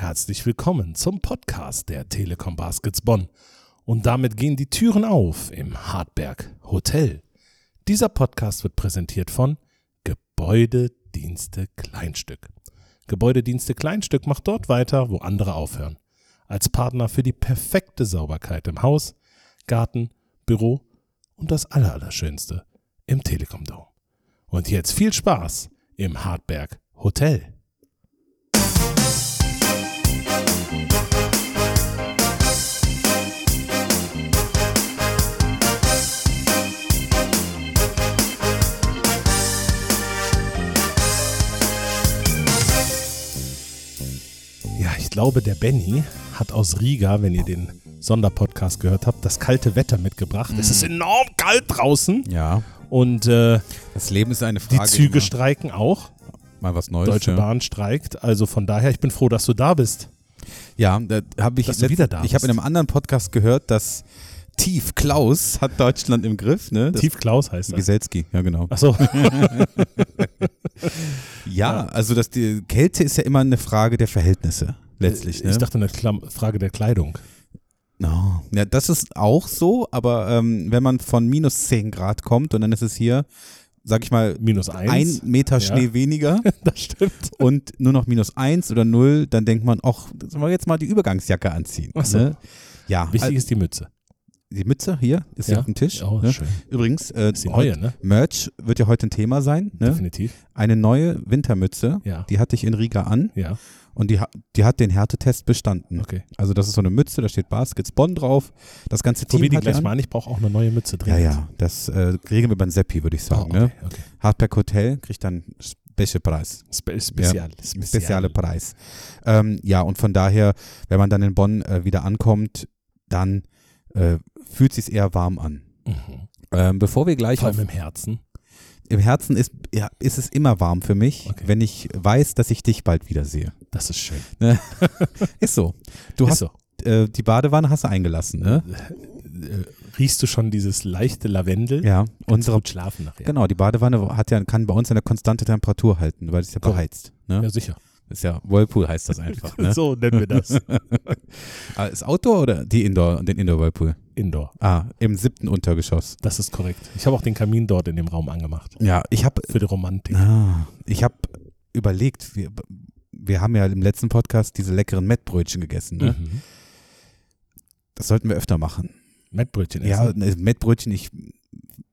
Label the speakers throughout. Speaker 1: herzlich willkommen zum Podcast der Telekom Baskets Bonn. Und damit gehen die Türen auf im Hartberg Hotel. Dieser Podcast wird präsentiert von Gebäudedienste Kleinstück. Gebäudedienste Kleinstück macht dort weiter, wo andere aufhören. Als Partner für die perfekte Sauberkeit im Haus, Garten, Büro und das Allerallerschönste im Telekom Dome. Und jetzt viel Spaß im Hartberg Hotel. Ja, ich glaube, der Benny hat aus Riga, wenn ihr den Sonderpodcast gehört habt, das kalte Wetter mitgebracht. Es ist enorm kalt draußen
Speaker 2: Ja,
Speaker 1: und äh,
Speaker 2: das Leben ist eine
Speaker 1: die
Speaker 2: Frage.
Speaker 1: Züge
Speaker 2: immer.
Speaker 1: streiken auch.
Speaker 2: mal was Neues.
Speaker 1: Deutsche
Speaker 2: ja.
Speaker 1: Bahn streikt. Also von daher, ich bin froh, dass du da bist.
Speaker 2: Ja, da habe ich
Speaker 1: Dass du wieder da
Speaker 2: Ich habe in
Speaker 1: bist.
Speaker 2: einem anderen Podcast gehört, dass Tief Klaus hat Deutschland im Griff, ne? Das
Speaker 1: Tief Klaus heißt er.
Speaker 2: Geselski, ja genau.
Speaker 1: Achso,
Speaker 2: Ja, also das, die Kälte ist ja immer eine Frage der Verhältnisse letztlich. Ne?
Speaker 1: Äh, ich dachte eine Klam Frage der Kleidung.
Speaker 2: no. Ja, das ist auch so, aber ähm, wenn man von minus 10 Grad kommt und dann ist es hier, sag ich mal,
Speaker 1: Minus
Speaker 2: ein
Speaker 1: eins.
Speaker 2: Meter Schnee weniger
Speaker 1: das stimmt.
Speaker 2: und nur noch minus 1 oder 0, dann denkt man, ach, sollen wir jetzt mal die Übergangsjacke anziehen.
Speaker 1: Ach so.
Speaker 2: Ne? Ja,
Speaker 1: Wichtig ist die Mütze.
Speaker 2: die Mütze hier ist ja, auf dem Tisch.
Speaker 1: Oh,
Speaker 2: ne?
Speaker 1: schön.
Speaker 2: Übrigens, äh,
Speaker 1: Ist die
Speaker 2: heut-
Speaker 1: neue, ne?
Speaker 2: Merch wird ja heute ein Thema sein. Ne?
Speaker 1: Definitiv.
Speaker 2: Eine neue Wintermütze,
Speaker 1: Ja.
Speaker 2: die hatte ich in Riga an
Speaker 1: Ja,
Speaker 2: und die, ha- die hat den Härtetest bestanden.
Speaker 1: okay.
Speaker 2: Also das ist so eine Mütze, da steht Baskets Bonn drauf. Das ganze Team
Speaker 1: Probier die
Speaker 2: hat die
Speaker 1: gleich
Speaker 2: an.
Speaker 1: mal an. Ich brauche auch eine neue Mütze drin.
Speaker 2: Ja, ja, das äh, regeln wir beim Seppi, würde ich
Speaker 1: Oh,
Speaker 2: sagen.
Speaker 1: okay,
Speaker 2: ne?
Speaker 1: okay.
Speaker 2: Hardback Hotel kriegt dann Special Preis.
Speaker 1: Spe Spezial.
Speaker 2: Speziale Preis. Ähm, ja, und von daher, wenn man dann in Bonn äh, wieder ankommt, dann äh, fühlt sich eher warm an.
Speaker 1: Mhm.
Speaker 2: Ähm, bevor wir gleich
Speaker 1: Vor
Speaker 2: auf
Speaker 1: allem im Herzen.
Speaker 2: Im Herzen ist, ja, ist es immer warm für mich,
Speaker 1: Okay.
Speaker 2: wenn ich weiß, dass ich dich bald wiedersehe.
Speaker 1: Das ist schön.
Speaker 2: Ist so. Du
Speaker 1: Ist
Speaker 2: hast
Speaker 1: so.
Speaker 2: Äh, die Badewanne hast du eingelassen, ne?
Speaker 1: Riechst du schon dieses leichte Lavendel?
Speaker 2: Äh, Ja.
Speaker 1: Kannst
Speaker 2: Unsere,
Speaker 1: gut schlafen nachher.
Speaker 2: genau, die Badewanne hat ja, kann bei uns eine konstante Temperatur halten, weil es ja
Speaker 1: So.
Speaker 2: beheizt. Ne?
Speaker 1: Ja, sicher.
Speaker 2: Ist ja Whirlpool heißt das einfach. Ne?
Speaker 1: So nennen wir das.
Speaker 2: Ah, ist Outdoor oder die Indoor, den Indoor Whirlpool?
Speaker 1: Indoor.
Speaker 2: Ah, im siebten Untergeschoss.
Speaker 1: Das ist korrekt. Ich habe auch den Kamin dort in dem Raum angemacht.
Speaker 2: Ja, ich habe
Speaker 1: Für die Romantik.
Speaker 2: ah, ich habe überlegt, wir, wir haben ja im letzten Podcast diese leckeren Mettbrötchen gegessen. Ne?
Speaker 1: Mhm.
Speaker 2: Das sollten wir öfter machen.
Speaker 1: Mettbrötchen
Speaker 2: Ja,
Speaker 1: essen.
Speaker 2: ne, Mettbrötchen, ich,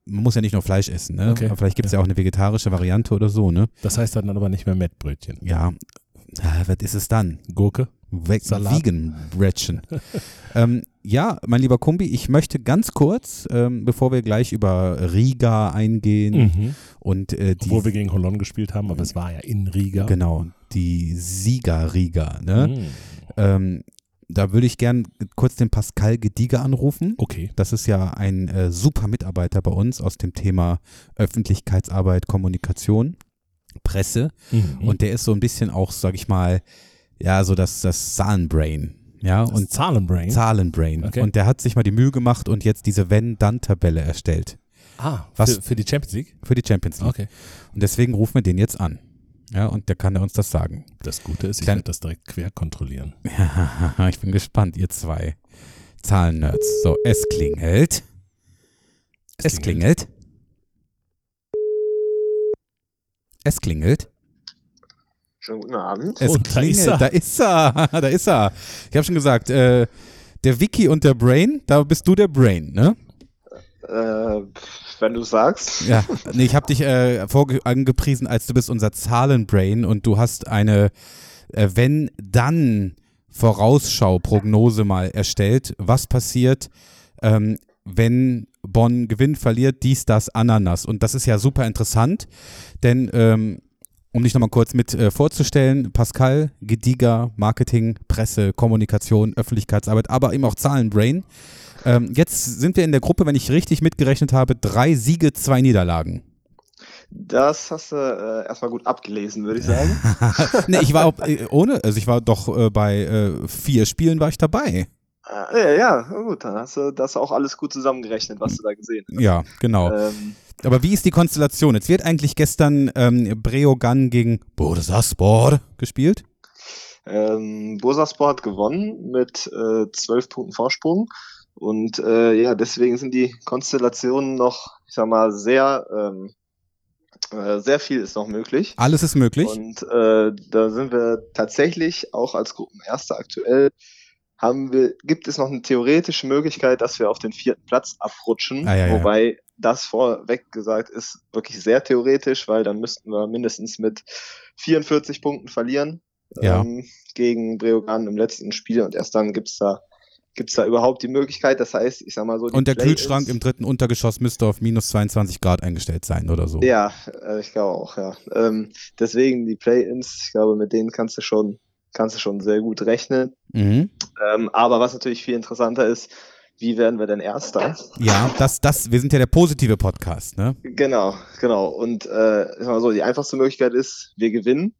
Speaker 2: man muss ja nicht nur Fleisch essen, ne?
Speaker 1: Okay.
Speaker 2: Aber vielleicht gibt es ja. auch eine vegetarische Variante oder so, ne?
Speaker 1: Das heißt dann aber nicht mehr Mettbrötchen.
Speaker 2: Ja. Ah, was ist es dann?
Speaker 1: Gurke?
Speaker 2: Weg
Speaker 1: Salat.
Speaker 2: Vegan Brötchen. ähm, ja, mein lieber Kumbi, ich möchte ganz kurz, ähm, bevor wir gleich über Riga eingehen
Speaker 1: Mhm.
Speaker 2: und äh, die
Speaker 1: Obwohl wir gegen Holland gespielt haben, aber es war ja in Riga.
Speaker 2: genau, die Sieger Riga, ne?
Speaker 1: Mhm.
Speaker 2: Ähm, da würde ich gern kurz den Pascal Gediger anrufen.
Speaker 1: Okay.
Speaker 2: Das ist ja ein äh, super Mitarbeiter bei uns aus dem Thema Öffentlichkeitsarbeit, Kommunikation, Presse.
Speaker 1: Mhm.
Speaker 2: Und der ist so ein bisschen auch, sag ich mal, ja, so das, das Zahlenbrain. Ja,
Speaker 1: Das
Speaker 2: und
Speaker 1: Zahlenbrain.
Speaker 2: Zahlenbrain.
Speaker 1: Okay.
Speaker 2: Und der hat sich mal die Mühe gemacht und jetzt diese Wenn-Dann-Tabelle erstellt
Speaker 1: ah,
Speaker 2: Was-
Speaker 1: Für, für die Champions League?
Speaker 2: für die Champions League.
Speaker 1: Okay.
Speaker 2: Und deswegen rufen wir den jetzt an. Ja, und der kann uns das sagen.
Speaker 1: Das Gute ist, ich
Speaker 2: Klein-
Speaker 1: werde das direkt quer kontrollieren.
Speaker 2: ich bin gespannt, ihr zwei Zahlen-Nerds. So, es klingelt. Es, klingelt. Es klingelt.
Speaker 3: Schönen guten Abend.
Speaker 2: Es
Speaker 1: Und Oh, da ist
Speaker 2: klingelt.
Speaker 1: er.
Speaker 2: Da ist er. Da ist er. Ich habe schon gesagt, äh, der Wiki und der Brain, da bist du der Brain, ne?
Speaker 3: Äh, pf, wenn du sagst,
Speaker 2: Ja. Nee, ich habe dich äh, vorge- angepriesen, als du bist unser Zahlenbrain und du hast eine äh, wenn dann Vorausschau Prognose mal erstellt, was passiert, ähm, wenn Bonn gewinnt, verliert, dies, das, Ananas. Und das ist ja super interessant, denn ähm, um dich nochmal kurz mit äh, vorzustellen, Pascal Gediger, Marketing, Presse, Kommunikation, Öffentlichkeitsarbeit, aber eben auch Zahlenbrain. Ähm, jetzt sind wir in der Gruppe, wenn ich richtig mitgerechnet habe, drei Siege, zwei Niederlagen.
Speaker 3: das hast du äh, erstmal gut abgelesen, würde ich sagen.
Speaker 2: nee, ich war auch, äh, ohne, also ich war doch äh, bei äh, vier Spielen war ich dabei.
Speaker 3: äh, ja, ja, gut, dann hast du das auch alles gut zusammengerechnet, was du da gesehen hast.
Speaker 2: Ja, genau.
Speaker 3: Ähm,
Speaker 2: Aber wie ist die Konstellation? Jetzt wird eigentlich gestern ähm, Breogan gegen Bursaspor gespielt.
Speaker 3: Ähm, Bursaspor hat gewonnen mit äh, 12 Punkten Vorsprung. Und äh, ja, deswegen sind die Konstellationen noch, ich sag mal, sehr, ähm, äh, sehr viel ist noch möglich.
Speaker 2: Alles ist möglich.
Speaker 3: Und äh, da sind wir tatsächlich auch als Gruppenerster aktuell. Haben wir, gibt es noch eine theoretische Möglichkeit, dass wir auf den vierten Platz abrutschen?
Speaker 2: Ah, ja, ja.
Speaker 3: Wobei das vorweg gesagt ist wirklich sehr theoretisch, weil dann müssten wir mindestens mit 44 Punkten verlieren
Speaker 2: Ja.
Speaker 3: ähm, gegen Breogan im letzten Spiel und erst dann gibt's da, gibt's da überhaupt die Möglichkeit. Das heißt, ich sag mal so. die
Speaker 2: Und der
Speaker 3: Play-ins-
Speaker 2: Kühlschrank im dritten Untergeschoss müsste auf minus 22 Grad eingestellt sein oder so.
Speaker 3: Ja, äh, ich glaube auch, ja. Ähm, deswegen die Play-ins, ich glaube, mit denen kannst du schon, kannst du schon sehr gut rechnen.
Speaker 2: Mhm.
Speaker 3: Ähm, aber was natürlich viel interessanter ist, wie werden wir denn Erster?
Speaker 2: Ja, das, das, wir sind ja der positive Podcast, ne?
Speaker 3: Genau, genau. Und äh, ich sag mal so, die einfachste Möglichkeit ist, wir gewinnen.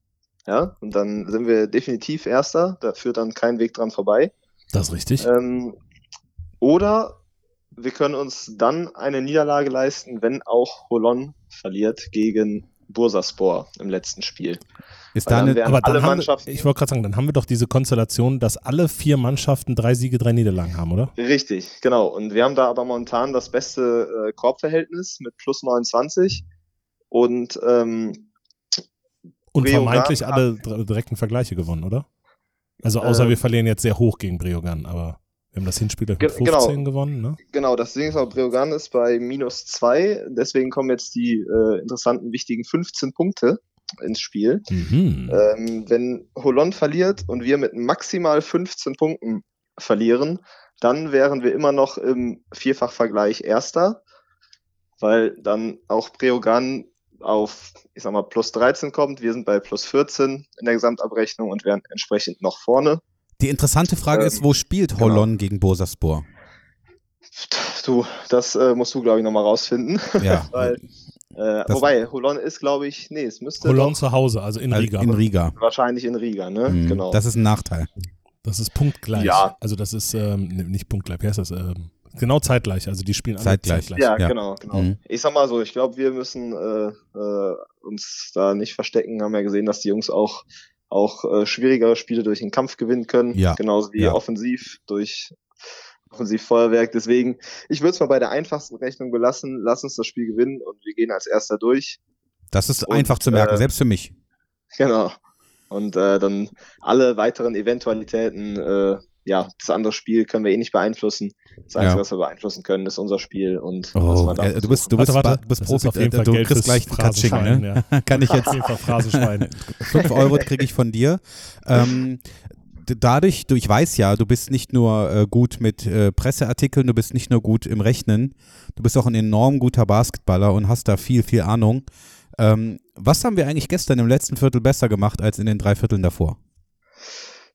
Speaker 3: Ja, und dann sind wir definitiv Erster. Da führt dann kein Weg dran vorbei.
Speaker 1: Das ist richtig.
Speaker 3: Ähm, oder wir können uns dann eine Niederlage leisten, wenn auch Holon verliert gegen Bursaspor im letzten Spiel.
Speaker 2: Ist
Speaker 3: Weil
Speaker 2: da
Speaker 3: dann
Speaker 2: eine,
Speaker 3: wären
Speaker 1: Aber dann
Speaker 3: alle
Speaker 1: haben
Speaker 3: Mannschaften-
Speaker 1: wir, ich wollte gerade sagen, dann haben wir doch diese Konstellation, dass alle vier Mannschaften drei Siege, drei Niederlagen haben, oder?
Speaker 3: Richtig, genau. Und wir haben da aber momentan das beste äh, Korbverhältnis mit plus 29 und ähm,
Speaker 1: Und
Speaker 3: Breogan
Speaker 1: vermeintlich
Speaker 3: hat-
Speaker 1: alle dr- direkten Vergleiche gewonnen, oder? Also außer
Speaker 3: Ähm.
Speaker 1: wir verlieren jetzt sehr hoch gegen Breogan, aber wir haben das Hinspiel gleich mit
Speaker 3: Ge-
Speaker 1: 15
Speaker 3: genau.
Speaker 1: gewonnen, ne?
Speaker 3: genau, das Ding ist auch, Breogan ist bei minus 2, deswegen kommen jetzt die äh, interessanten, wichtigen 15 Punkte ins Spiel.
Speaker 1: Mhm.
Speaker 3: Ähm, wenn Holon verliert und wir mit maximal 15 Punkten verlieren, dann wären wir immer noch im Vierfachvergleich Erster, weil dann auch Breogan auf, ich sag mal, plus 13 kommt. Wir sind bei plus 14 in der Gesamtabrechnung und wären entsprechend noch vorne.
Speaker 2: die interessante Frage
Speaker 3: ähm,
Speaker 2: ist, wo spielt Hollon gegen Bursaspor?
Speaker 3: Du, das äh, musst du, glaube ich, nochmal rausfinden.
Speaker 2: Ja.
Speaker 3: Weil, äh, wobei, Holon ist, glaube ich, nee, es müsste
Speaker 1: Holon zu Hause, also in
Speaker 3: Halt
Speaker 2: also
Speaker 1: Riga.
Speaker 2: In Riga.
Speaker 3: doch wahrscheinlich in Riga, ne?
Speaker 2: Mhm.
Speaker 3: Genau.
Speaker 2: Das ist ein Nachteil.
Speaker 1: Das ist punktgleich.
Speaker 3: Ja.
Speaker 1: Also das ist ähm, ne, nicht punktgleich, wie heißt das? Ähm, genau zeitgleich. Also die spielen alle
Speaker 2: Zeitgleich.
Speaker 1: zeitgleich.
Speaker 3: Ja,
Speaker 2: Ja.
Speaker 3: genau, genau.
Speaker 2: Mhm.
Speaker 3: Ich sag mal so, ich glaube, wir müssen äh, äh, uns da nicht verstecken. Haben ja gesehen, dass die Jungs auch auch äh, schwierigere Spiele durch den Kampf gewinnen können,
Speaker 2: Ja,
Speaker 3: genauso wie
Speaker 2: ja.
Speaker 3: offensiv durch Offensivfeuerwerk. Deswegen, ich würde es mal bei der einfachsten Rechnung belassen. Lass uns das Spiel gewinnen und wir gehen als Erster durch.
Speaker 2: Das ist
Speaker 3: Und,
Speaker 2: einfach zu merken,
Speaker 3: äh,
Speaker 2: selbst für mich.
Speaker 3: Genau. Und äh, dann alle weiteren Eventualitäten. Äh, ja, das andere Spiel können wir eh nicht beeinflussen. Das
Speaker 2: Ja.
Speaker 3: Einzige, was wir beeinflussen können, ist unser Spiel und was
Speaker 2: Oh,
Speaker 3: wir da
Speaker 2: äh, du bist, du bist,
Speaker 1: Warte, warte,
Speaker 2: du bist
Speaker 1: das ist
Speaker 2: Profi,
Speaker 1: auf jeden
Speaker 2: äh,
Speaker 1: Fall
Speaker 2: du
Speaker 1: Geld
Speaker 2: kriegst
Speaker 1: fürs
Speaker 2: gleich einen Katsching,
Speaker 1: Phrasenschwein,
Speaker 2: ne?
Speaker 1: ja.
Speaker 2: Kann ich jetzt
Speaker 1: Auf jeden Fall Phrasenschwein.
Speaker 2: 5 Euro kriege ich von dir. Ähm, d- dadurch, du, ich weiß ja, du bist nicht nur äh, gut mit äh, Presseartikeln, du bist nicht nur gut im Rechnen, du bist auch ein enorm guter Basketballer und hast da viel, viel Ahnung. Ähm, was haben wir eigentlich gestern im letzten Viertel besser gemacht als in den drei Vierteln davor?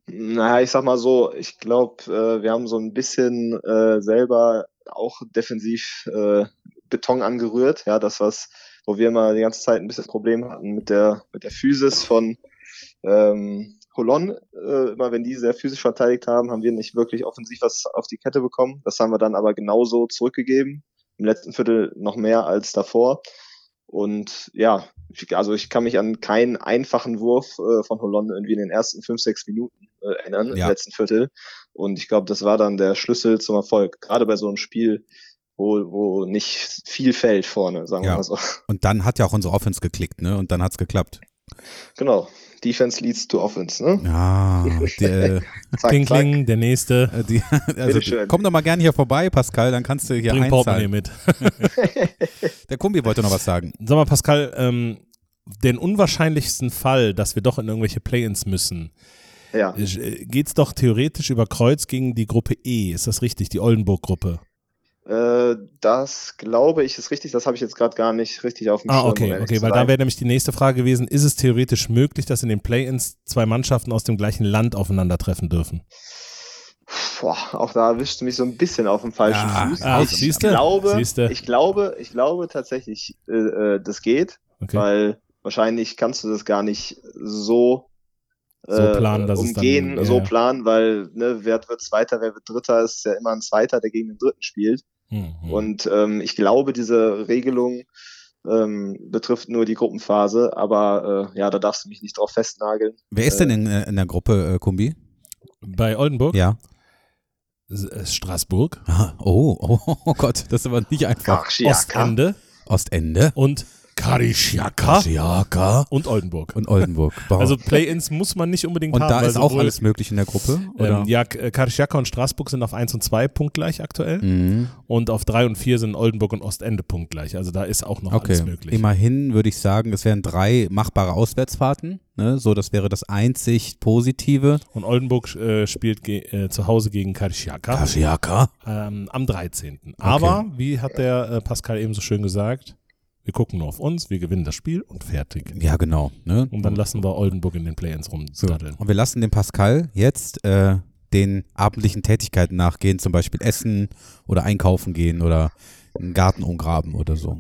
Speaker 3: Naja, ich sag mal so, ich glaube, äh, wir haben so ein bisschen äh, selber auch defensiv äh, Beton angerührt. Ja, das was, wo wir immer die ganze Zeit ein bisschen Probleme hatten mit der mit der Physis von ähm, Holon. Äh, immer wenn die sehr physisch verteidigt haben, haben wir nicht wirklich offensiv was auf die Kette bekommen. Das haben wir dann aber genauso zurückgegeben. Im letzten Viertel noch mehr als davor. Und ja, ich- also ich kann mich an keinen einfachen Wurf äh, von Holon irgendwie in den ersten fünf, sechs Minuten äh, erinnern,
Speaker 2: Ja.
Speaker 3: im letzten Viertel. Und ich glaube, das war dann der Schlüssel zum Erfolg. Gerade bei so einem Spiel, wo, wo nicht viel fällt vorne, sagen
Speaker 2: Ja.
Speaker 3: wir mal so.
Speaker 2: Und dann hat ja auch unsere Offense geklickt, ne? Und dann hat's geklappt.
Speaker 3: Genau. Defense leads to offense, ne?
Speaker 2: Ja, der,
Speaker 3: Zack,
Speaker 1: Kling, kling, der nächste.
Speaker 2: äh, Ah, die, also,
Speaker 3: Bitteschön.
Speaker 2: komm doch mal gerne hier vorbei, Pascal, dann kannst du hier
Speaker 1: Bring Portemonnaie
Speaker 2: einzahlen.
Speaker 1: mit.
Speaker 2: Der Kumbi wollte noch was sagen.
Speaker 1: Sag mal, Pascal, ähm, den unwahrscheinlichsten Fall, dass wir doch in irgendwelche Play-ins müssen,
Speaker 3: Zack. Ja.
Speaker 1: äh, geht's doch theoretisch über Kreuz gegen die Gruppe E. Ist das richtig? Die Oldenburg-Gruppe.
Speaker 3: Äh, das glaube ich ist richtig. Das habe ich jetzt gerade gar nicht richtig auf dem
Speaker 1: Ah,
Speaker 3: Schirm, um
Speaker 1: okay,
Speaker 3: ehrlich
Speaker 1: okay,
Speaker 3: zu
Speaker 1: weil
Speaker 3: sein.
Speaker 1: da wäre nämlich die nächste Frage gewesen, ist es theoretisch möglich, dass in den Play-ins zwei Mannschaften aus dem gleichen Land aufeinandertreffen dürfen?
Speaker 3: Boah, auch da erwischst du mich so ein bisschen auf dem falschen
Speaker 2: Ah,
Speaker 3: Fuß.
Speaker 1: ah,
Speaker 3: ich,
Speaker 1: siehste,
Speaker 3: glaube,
Speaker 1: siehste.
Speaker 3: ich glaube, ich glaube tatsächlich, äh, äh, das geht,
Speaker 1: Okay.
Speaker 3: weil wahrscheinlich kannst du das gar nicht so, äh,
Speaker 1: So planen, dass es
Speaker 3: umgehen,
Speaker 1: dann-
Speaker 3: so
Speaker 1: ja.
Speaker 3: planen, weil ne, wer wird Zweiter, wer wird Dritter, ist ja immer
Speaker 2: Hm.
Speaker 3: ein Zweiter, der gegen den Dritten spielt.
Speaker 1: Mhm.
Speaker 3: Und ähm, ich glaube, diese Regelung ähm, betrifft nur die Gruppenphase, aber äh, ja, da darfst du mich nicht drauf festnageln.
Speaker 2: Wer ist denn in, äh, in der Gruppe, äh, Kumbi?
Speaker 1: Bei Oldenburg?
Speaker 2: Ja.
Speaker 1: S- äh, Straßburg,
Speaker 2: Ah, Oh, oh, oh Gott, das ist aber nicht einfach.
Speaker 3: Karschiaka.
Speaker 1: Ostende
Speaker 2: Ostende,
Speaker 1: und Karisiaka
Speaker 2: Osijaka
Speaker 1: und Oldenburg.
Speaker 2: und Oldenburg. Wow.
Speaker 1: Also Play-ins muss man nicht unbedingt
Speaker 2: und
Speaker 1: haben.
Speaker 2: da
Speaker 1: weil
Speaker 2: ist auch
Speaker 1: sowohl-
Speaker 2: alles möglich in der Gruppe, oder?
Speaker 1: Ähm, ja, K- Karisiaka und Straßburg sind auf 1 und 2 punktgleich aktuell.
Speaker 2: Mhm.
Speaker 1: Und auf 3 und 4 sind Oldenburg und Ostende punktgleich. Also da ist auch noch alles
Speaker 2: Okay,
Speaker 1: möglich.
Speaker 2: immerhin würde ich sagen, es wären drei machbare Auswärtsfahrten. Ne? So, das wäre das einzig Positive.
Speaker 1: Und Oldenburg äh, spielt ge- äh, zu Hause gegen Karisiaka
Speaker 2: Kashiaka.
Speaker 1: ähm, am 13. Aber, wie hat der äh, Pascal eben so schön gesagt, wir gucken nur auf uns, wir gewinnen das Spiel und fertig.
Speaker 2: Ja, genau. Ne?
Speaker 1: Und dann lassen wir Oldenburg in den Play-ins
Speaker 2: so.
Speaker 1: rumdatteln.
Speaker 2: Und wir lassen dem Pascal jetzt äh, den abendlichen Tätigkeiten nachgehen, zum Beispiel essen oder einkaufen gehen oder einen Garten umgraben oder so.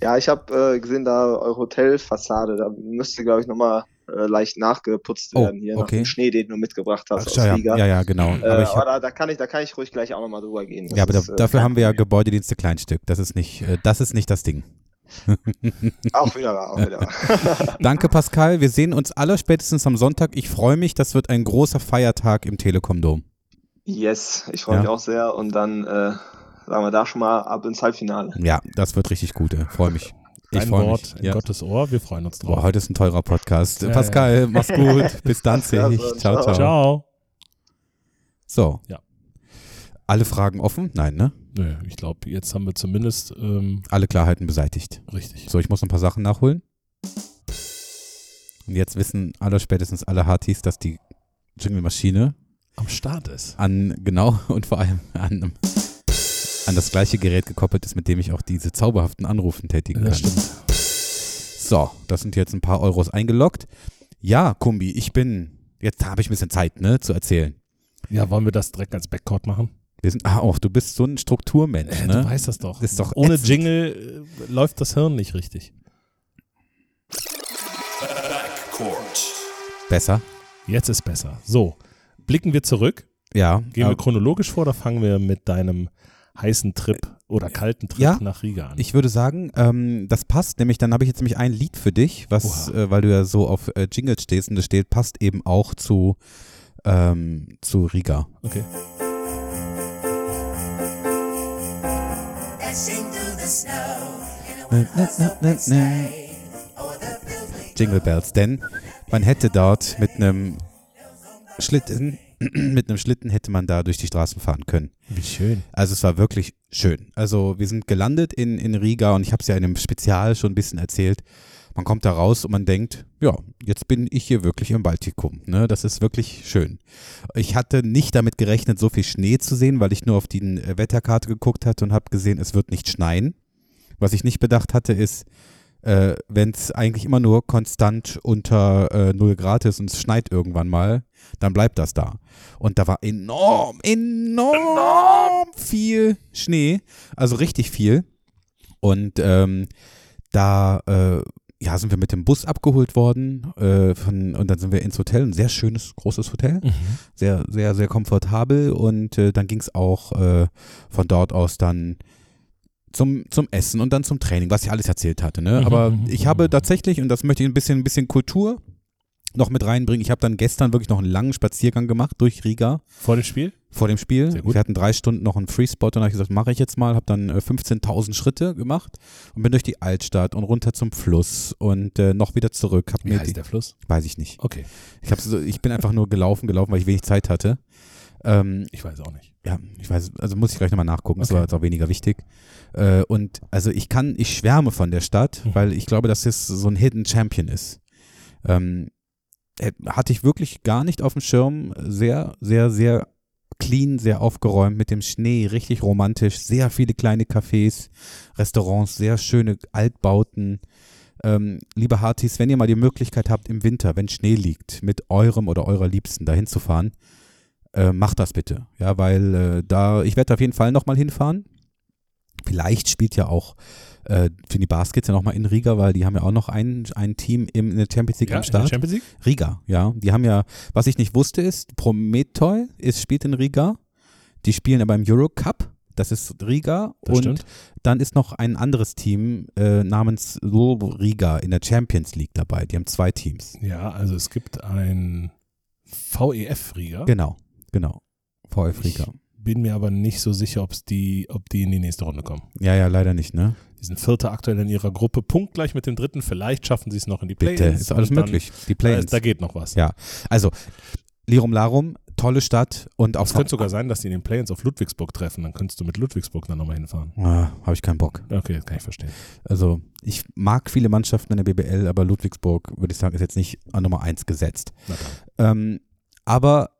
Speaker 3: Ja, ich habe äh, gesehen, da eure Hotelfassade, da müsste, glaube ich, nochmal äh, leicht nachgeputzt
Speaker 2: Oh,
Speaker 3: werden hier
Speaker 2: okay.
Speaker 3: nach dem Schnee, den du mitgebracht hast aus
Speaker 2: ja,
Speaker 3: Riga.
Speaker 2: ja, ja, genau.
Speaker 3: Äh,
Speaker 2: aber ich hab,
Speaker 3: aber da, da kann ich, da kann ich ruhig gleich auch nochmal drüber gehen. Das
Speaker 2: ja, aber da,
Speaker 3: ist, äh,
Speaker 2: dafür
Speaker 3: kein
Speaker 2: haben wir ja
Speaker 3: Problem.
Speaker 2: Gebäudedienste Kleinstück. Das ist nicht, äh, das ist nicht das Ding.
Speaker 3: Auch wieder wahr, auch wieder wahr.
Speaker 2: Danke, Pascal. Wir sehen uns alle spätestens am Sonntag. Ich freue mich. Das wird ein großer Feiertag im Telekom-Dom.
Speaker 3: Yes, ich freue
Speaker 2: Ja.
Speaker 3: mich auch sehr und dann äh, sagen wir da schon mal ab ins Halbfinale.
Speaker 2: Ja, das wird richtig gut. äh, Freue mich. Ich
Speaker 1: Dein
Speaker 2: freue
Speaker 1: Wort
Speaker 2: mich.
Speaker 1: in
Speaker 2: Ja.
Speaker 1: Gottes Ohr, wir freuen uns drauf.
Speaker 2: Boah, heute ist ein teurer Podcast.
Speaker 1: Ja,
Speaker 2: Pascal, mach's gut. Bis dann.
Speaker 3: Ja,
Speaker 2: ciao,
Speaker 3: so,
Speaker 2: ciao.
Speaker 3: ciao.
Speaker 1: Ciao.
Speaker 2: So.
Speaker 1: Ja.
Speaker 2: Alle Fragen offen? Nein, ne?
Speaker 1: Nö, ich glaube, jetzt haben wir zumindest ähm,
Speaker 2: Alle Klarheiten beseitigt.
Speaker 1: richtig.
Speaker 2: So, ich muss noch ein paar Sachen nachholen. Und jetzt wissen alle spätestens alle Hartis, dass die Jingle-Maschine
Speaker 1: Am Start ist.
Speaker 2: an, genau, und vor allem an, an das gleiche Gerät gekoppelt ist, mit dem ich auch diese zauberhaften Anrufen tätigen kann.
Speaker 1: Das stimmt.
Speaker 2: So, das sind jetzt ein paar Euros eingeloggt. Ja, Kumbi, ich bin, jetzt habe ich ein bisschen Zeit, ne, zu erzählen.
Speaker 1: Ja, wollen wir das direkt als Backcourt machen?
Speaker 2: Wir sind, ah, auch, du bist so ein Strukturmensch,
Speaker 1: Äh, Du
Speaker 2: ne?
Speaker 1: weißt das doch.
Speaker 2: Ist doch
Speaker 1: Ohne
Speaker 2: ätzend.
Speaker 1: Jingle äh, läuft das Hirn nicht richtig.
Speaker 2: Besser.
Speaker 1: Jetzt ist besser. So, blicken wir zurück.
Speaker 2: Ja.
Speaker 1: Gehen
Speaker 2: aber
Speaker 1: wir chronologisch vor oder fangen wir mit deinem heißen Trip oder kalten Trip
Speaker 2: Äh, Ja.
Speaker 1: nach Riga an?
Speaker 2: ich würde sagen, ähm, das passt, nämlich dann habe ich jetzt nämlich ein Lied für dich, was, äh, weil du ja so auf äh, Jingles stehst und das steht, passt eben auch zu, ähm, zu Riga.
Speaker 1: okay.
Speaker 4: Dashing through the snow in a
Speaker 2: Na, na, na, na, na. Jingle Bells, denn man hätte dort mit einem Schlitten, mit einem Schlitten hätte man da durch die Straßen fahren können.
Speaker 1: Wie schön.
Speaker 2: Also es war wirklich schön. Also wir sind gelandet in, in Riga und ich habe es ja in einem Spezial schon ein bisschen erzählt. Man kommt da raus und man denkt, ja, jetzt bin ich hier wirklich im Baltikum. Ne? Das ist wirklich schön. Ich hatte nicht damit gerechnet, so viel Schnee zu sehen, weil ich nur auf die äh, Wetterkarte geguckt hatte und habe gesehen, es wird nicht schneien. Was ich nicht bedacht hatte, ist, äh, wenn es eigentlich immer nur konstant unter äh, 0 Grad ist und es schneit irgendwann mal, dann bleibt das da. Und da war enorm, enorm viel Schnee, also richtig viel. Und ähm, da äh, ja, sind wir mit dem Bus abgeholt worden äh, von, und dann sind wir ins Hotel, ein sehr schönes, großes Hotel, sehr, sehr, sehr komfortabel und äh, dann ging es auch äh, von dort aus dann zum, zum Essen und dann zum Training, was ich alles erzählt hatte. Ne?
Speaker 1: Mhm,
Speaker 2: Aber
Speaker 1: mhm,
Speaker 2: ich
Speaker 1: mhm.
Speaker 2: habe tatsächlich, und das möchte ich ein bisschen, ein bisschen Kultur noch mit reinbringen, ich habe dann gestern wirklich noch einen langen Spaziergang gemacht durch Riga
Speaker 1: Vor dem Spiel?
Speaker 2: vor dem Spiel.
Speaker 1: Sehr gut.
Speaker 2: Wir hatten drei Stunden noch einen Free Spot und habe ich gesagt, mache ich jetzt mal. Habe dann äh, 15.000 Schritte gemacht und bin durch die Altstadt und runter zum Fluss und äh, noch wieder zurück. Hab
Speaker 1: Wie
Speaker 2: mir die,
Speaker 1: heißt der Fluss?
Speaker 2: Weiß ich nicht.
Speaker 1: Okay,
Speaker 2: Ich, hab's so, ich bin einfach nur gelaufen, gelaufen, weil ich wenig Zeit hatte. Ähm,
Speaker 1: ich weiß auch nicht.
Speaker 2: ja, ich weiß, also muss ich gleich nochmal nachgucken, das
Speaker 1: Okay.
Speaker 2: war jetzt auch weniger wichtig. Äh, und also ich kann, ich schwärme von der Stadt,
Speaker 1: Mhm.
Speaker 2: weil ich glaube, dass es so ein Hidden Champion ist. Ähm, äh, hatte ich wirklich gar nicht auf dem Schirm, sehr, sehr, sehr clean, sehr aufgeräumt, mit dem Schnee, richtig romantisch, sehr viele kleine Cafés, Restaurants, sehr schöne Altbauten. Ähm, liebe Hartis, wenn ihr mal die Möglichkeit habt, im Winter, wenn Schnee liegt, mit eurem oder eurer Liebsten dahin zu fahren, äh, macht das bitte. Ja, weil äh, da, ich werde auf jeden Fall nochmal hinfahren. Vielleicht spielt ja auch äh, für die Baskets ja nochmal in Riga, weil die haben ja auch noch ein, ein Team im, in der Champions League
Speaker 1: Ja,
Speaker 2: am
Speaker 1: in der
Speaker 2: Start.
Speaker 1: Champions League?
Speaker 2: Riga, ja. Die haben ja, was ich nicht wusste, ist, Prometeu ist, spielt in Riga. Die spielen aber im Eurocup. das ist Riga
Speaker 1: Das
Speaker 2: und
Speaker 1: stimmt.
Speaker 2: dann ist noch ein anderes Team äh, namens Lo Riga in der Champions League dabei. Die haben zwei Teams.
Speaker 1: Ja, also es gibt ein E VEF-Riga.
Speaker 2: Genau, genau. VF Riga.
Speaker 1: Bin mir aber nicht so sicher, ob's die, ob die in die nächste Runde kommen.
Speaker 2: Ja, ja, leider nicht, ne?
Speaker 1: Die sind Vierter aktuell in ihrer Gruppe, punktgleich mit dem Dritten. Vielleicht schaffen sie es noch in die Play-Ins.
Speaker 2: Bitte, ist alles
Speaker 1: und dann-
Speaker 2: möglich. Die
Speaker 1: Da,
Speaker 2: Play-ins.
Speaker 1: da geht noch was.
Speaker 2: Ja, Also, Lirum Larum, tolle Stadt und auch
Speaker 1: Es könnte sogar sein, dass die in den Play-Ins auf Ludwigsburg treffen. Dann könntest du mit Ludwigsburg dann nochmal hinfahren.
Speaker 2: Ah, habe ich keinen Bock.
Speaker 1: Okay, das kann ich verstehen.
Speaker 2: Also, ich mag viele Mannschaften in der BBL, aber Ludwigsburg, würde ich sagen, ist jetzt nicht an Nummer eins gesetzt.
Speaker 1: Na dann.
Speaker 2: Ähm, aber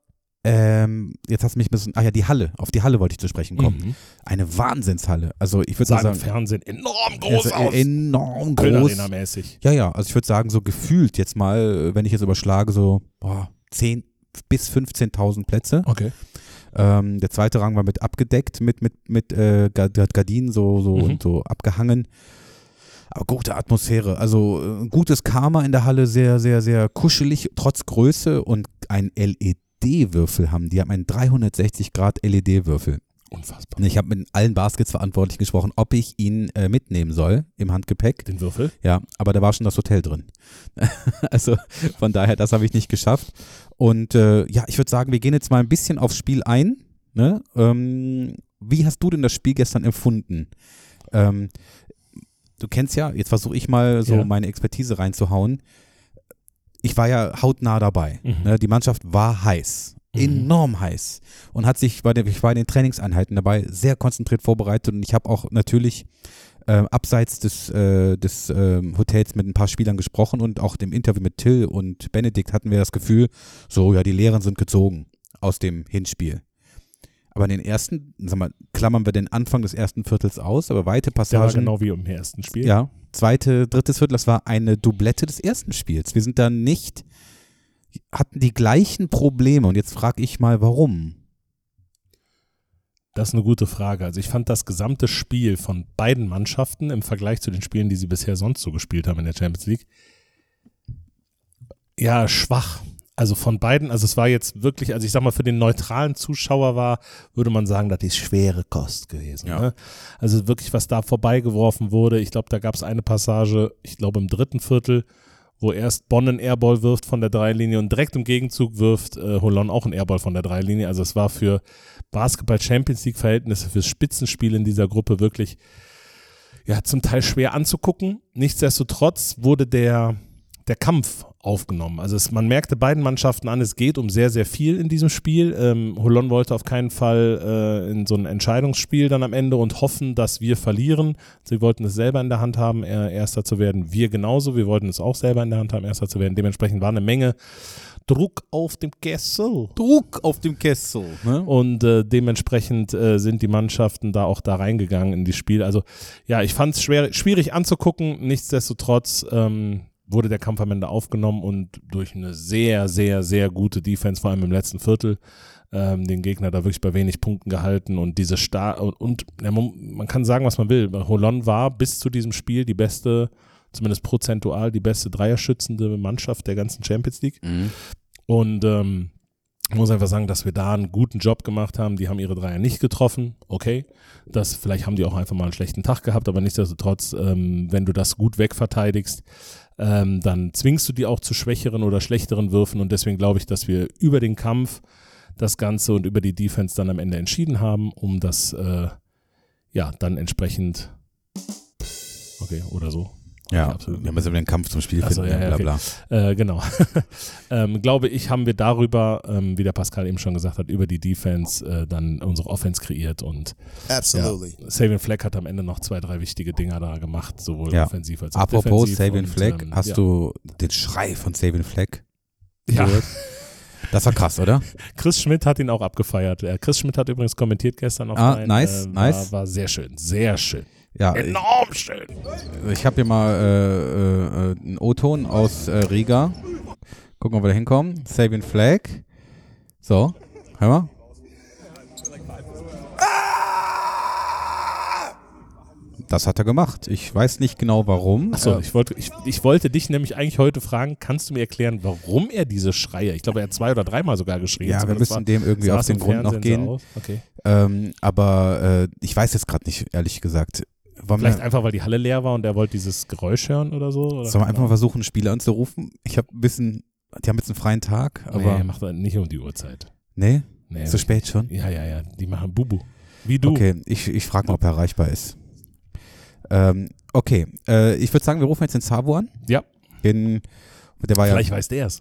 Speaker 2: ähm, jetzt hast du mich ein bisschen. Ach ja, die Halle. Auf die Halle wollte ich zu sprechen kommen.
Speaker 1: Mhm.
Speaker 2: Eine Wahnsinnshalle. Also, ich würde
Speaker 1: Sah
Speaker 2: mal
Speaker 1: im
Speaker 2: sagen,
Speaker 1: Fernsehen enorm
Speaker 2: ja,
Speaker 1: groß
Speaker 2: so
Speaker 1: aus.
Speaker 2: enorm groß.
Speaker 1: Köln-Arena-mäßig.
Speaker 2: Ja, ja, also ich würde sagen, so gefühlt jetzt mal, wenn ich jetzt überschlage, so boah, 10 bis 15.000 Plätze.
Speaker 1: Okay.
Speaker 2: Ähm, der zweite Rang war mit abgedeckt, mit, mit, mit äh, Ga- Ga- Gardinen so, so
Speaker 1: Mhm.
Speaker 2: und so abgehangen. Aber gute Atmosphäre, also äh, gutes Karma in der Halle, sehr, sehr, sehr kuschelig, trotz Größe und ein LED-Würfel haben. Die haben einen 360-Grad-LED-Würfel.
Speaker 1: Unfassbar.
Speaker 2: E Und ich habe mit allen Basketsverantwortlichen gesprochen, ob ich ihn äh, mitnehmen soll im Handgepäck.
Speaker 1: Den Würfel?
Speaker 2: Ja, aber da war schon das Hotel drin. also von daher, das habe ich nicht geschafft. Und äh, ja, ich würde sagen, wir gehen jetzt mal ein bisschen aufs Spiel ein. Ne? Ähm, wie hast du denn das Spiel gestern empfunden? Ähm, du kennst ja, jetzt versuche ich mal so
Speaker 1: Ja.
Speaker 2: meine Expertise reinzuhauen. Ich war ja hautnah dabei.
Speaker 1: Mhm.
Speaker 2: Ne? Die Mannschaft war heiß.
Speaker 1: Mhm.
Speaker 2: Enorm heiß. Und hat sich bei den, ich war in den Trainingseinheiten dabei, sehr konzentriert vorbereitet. Und ich habe auch natürlich äh, abseits des, äh, des ähm, Hotels mit ein paar Spielern gesprochen und auch im Interview mit Till und Benedikt hatten wir das Gefühl, so ja, die Lehren sind gezogen aus dem Hinspiel. Aber in den ersten, sag mal, klammern wir den Anfang des ersten Viertels aus, aber weite
Speaker 1: Der war
Speaker 2: Passagen.
Speaker 1: genau wie im ersten Spiel.
Speaker 2: Ja, zweite, drittes Viertel, das war eine Doublette des ersten Spiels. Wir sind da nicht, hatten die gleichen Probleme und jetzt frage ich mal, warum?
Speaker 1: Das ist eine gute Frage. Also ich fand das gesamte Spiel von beiden Mannschaften im Vergleich zu den Spielen, die sie bisher sonst so gespielt haben in der Champions League, ja, schwach. Also von beiden, also es war jetzt wirklich, also ich sag mal, für den neutralen Zuschauer war, würde man sagen, das ist schwere Kost gewesen.
Speaker 2: Ja.
Speaker 1: Ne? Also wirklich, was da vorbeigeworfen wurde. Ich glaube, da gab es eine Passage, ich glaube im dritten Viertel, wo erst Bonn einen Airball wirft von der Dreilinie und direkt im Gegenzug wirft äh, Holon auch einen Airball von der Dreilinie. Also es war für Basketball Champions League Verhältnisse, fürs Spitzenspiel in dieser Gruppe wirklich ja zum Teil schwer anzugucken. Nichtsdestotrotz wurde der der Kampf aufgenommen. Also es, man merkte beiden Mannschaften an, es geht um sehr, sehr viel in diesem Spiel. Ähm, Holon wollte auf keinen Fall äh, in so ein Entscheidungsspiel dann am Ende und hoffen, dass wir verlieren. Sie wollten es selber in der Hand haben, äh, Erster zu werden. Wir genauso, wir wollten es auch selber in der Hand haben, Erster zu werden. Dementsprechend war eine Menge Druck auf dem Kessel.
Speaker 2: Druck auf dem Kessel. Ne?
Speaker 1: Und äh, dementsprechend äh, sind die Mannschaften da auch da reingegangen in das Spiel. Also ja, ich fand es schwer, schwierig anzugucken. Nichtsdestotrotz ähm, wurde der Kampf am Ende aufgenommen und durch eine sehr, sehr, sehr gute Defense, vor allem im letzten Viertel, ähm, den Gegner da wirklich bei wenig Punkten gehalten und diese Star und, und ja, man, man kann sagen, was man will. Holon war bis zu diesem Spiel die beste, zumindest prozentual, die beste Dreierschützende Mannschaft der ganzen Champions League.
Speaker 2: Mhm.
Speaker 1: Und ähm, ich muss einfach sagen, dass wir da einen guten Job gemacht haben. Die haben ihre Dreier nicht getroffen. Okay. Das, vielleicht haben die auch einfach mal einen schlechten Tag gehabt, aber nichtsdestotrotz, ähm, wenn du das gut wegverteidigst, ähm, dann zwingst du die auch zu schwächeren oder schlechteren Würfen. Und deswegen glaube ich, dass wir über den Kampf das Ganze und über die Defense dann am Ende entschieden haben, um das äh, ja dann entsprechend. Okay, oder so.
Speaker 2: Ja,
Speaker 1: Okay, absolut.
Speaker 2: wir müssen den Kampf zum Spiel
Speaker 1: Ach so,
Speaker 2: finden.
Speaker 1: ja, ja,
Speaker 2: bla,
Speaker 1: okay.
Speaker 2: bla.
Speaker 1: Äh, genau. ähm, glaube ich, haben wir darüber, ähm, wie der Pascal eben schon gesagt hat, über die Defense äh, dann unsere Offense kreiert und
Speaker 5: Absolutely.
Speaker 1: Savian Fleck hat am Ende noch zwei, drei wichtige Dinger da gemacht, sowohl
Speaker 2: Ja.
Speaker 1: offensiv als auch
Speaker 2: Apropos
Speaker 1: defensiv.
Speaker 2: Sabian
Speaker 1: und,
Speaker 2: Fleck,
Speaker 1: ähm,
Speaker 2: hast
Speaker 1: ja.
Speaker 2: du den Schrei von Sabian Fleck
Speaker 1: Ja.
Speaker 2: gehört? Das war krass, oder?
Speaker 1: Chris Schmidt hat ihn auch abgefeiert. Äh, Chris Schmidt hat übrigens kommentiert gestern auf
Speaker 2: Ah,
Speaker 1: einen,
Speaker 2: nice,
Speaker 1: äh, war,
Speaker 2: nice.
Speaker 1: War sehr schön, sehr schön.
Speaker 2: Ja,
Speaker 1: Genau,
Speaker 2: ich,
Speaker 1: Enorm schön.
Speaker 2: ich habe hier mal äh, äh, einen O-Ton aus äh, Riga. Gucken, ob wir da hinkommen. Sabian Fleck. So, hör mal. Das hat er gemacht. Ich weiß nicht genau warum.
Speaker 1: Achso,
Speaker 2: Äh,
Speaker 1: ich wollte, ich, ich wollte dich nämlich eigentlich heute fragen, kannst du mir erklären, warum er diese Schreie, ich glaube, er hat zwei oder dreimal sogar geschrien.
Speaker 2: ja, wir
Speaker 1: Zumindest war-
Speaker 2: müssen dem irgendwie
Speaker 1: sah
Speaker 2: auf
Speaker 1: es
Speaker 2: den
Speaker 1: im
Speaker 2: Grund noch
Speaker 1: Fernsehen so
Speaker 2: gehen.
Speaker 1: aus. Okay.
Speaker 2: Ähm, aber äh, ich weiß jetzt gerade nicht, ehrlich gesagt. Wollen
Speaker 1: Vielleicht
Speaker 2: wir,
Speaker 1: einfach, weil die Halle leer war und er wollte dieses Geräusch hören oder so? Oder?
Speaker 2: sollen wir einfach mal versuchen, einen Spieler anzurufen? Ich habe ein bisschen, die haben jetzt einen freien Tag,
Speaker 1: aber nee,
Speaker 2: aber
Speaker 1: macht er nicht um die Uhrzeit.
Speaker 2: nee,
Speaker 1: Nee,
Speaker 2: zu spät schon.
Speaker 1: Ja, ja, ja, die machen Bubu. Wie du.
Speaker 2: Okay, ich, ich frage mal, ob er erreichbar ist. Ähm, okay, äh, ich würde sagen, wir rufen jetzt den Sabo an.
Speaker 1: Ja.
Speaker 2: Den, der war
Speaker 1: Vielleicht
Speaker 2: ja,
Speaker 1: weiß der es.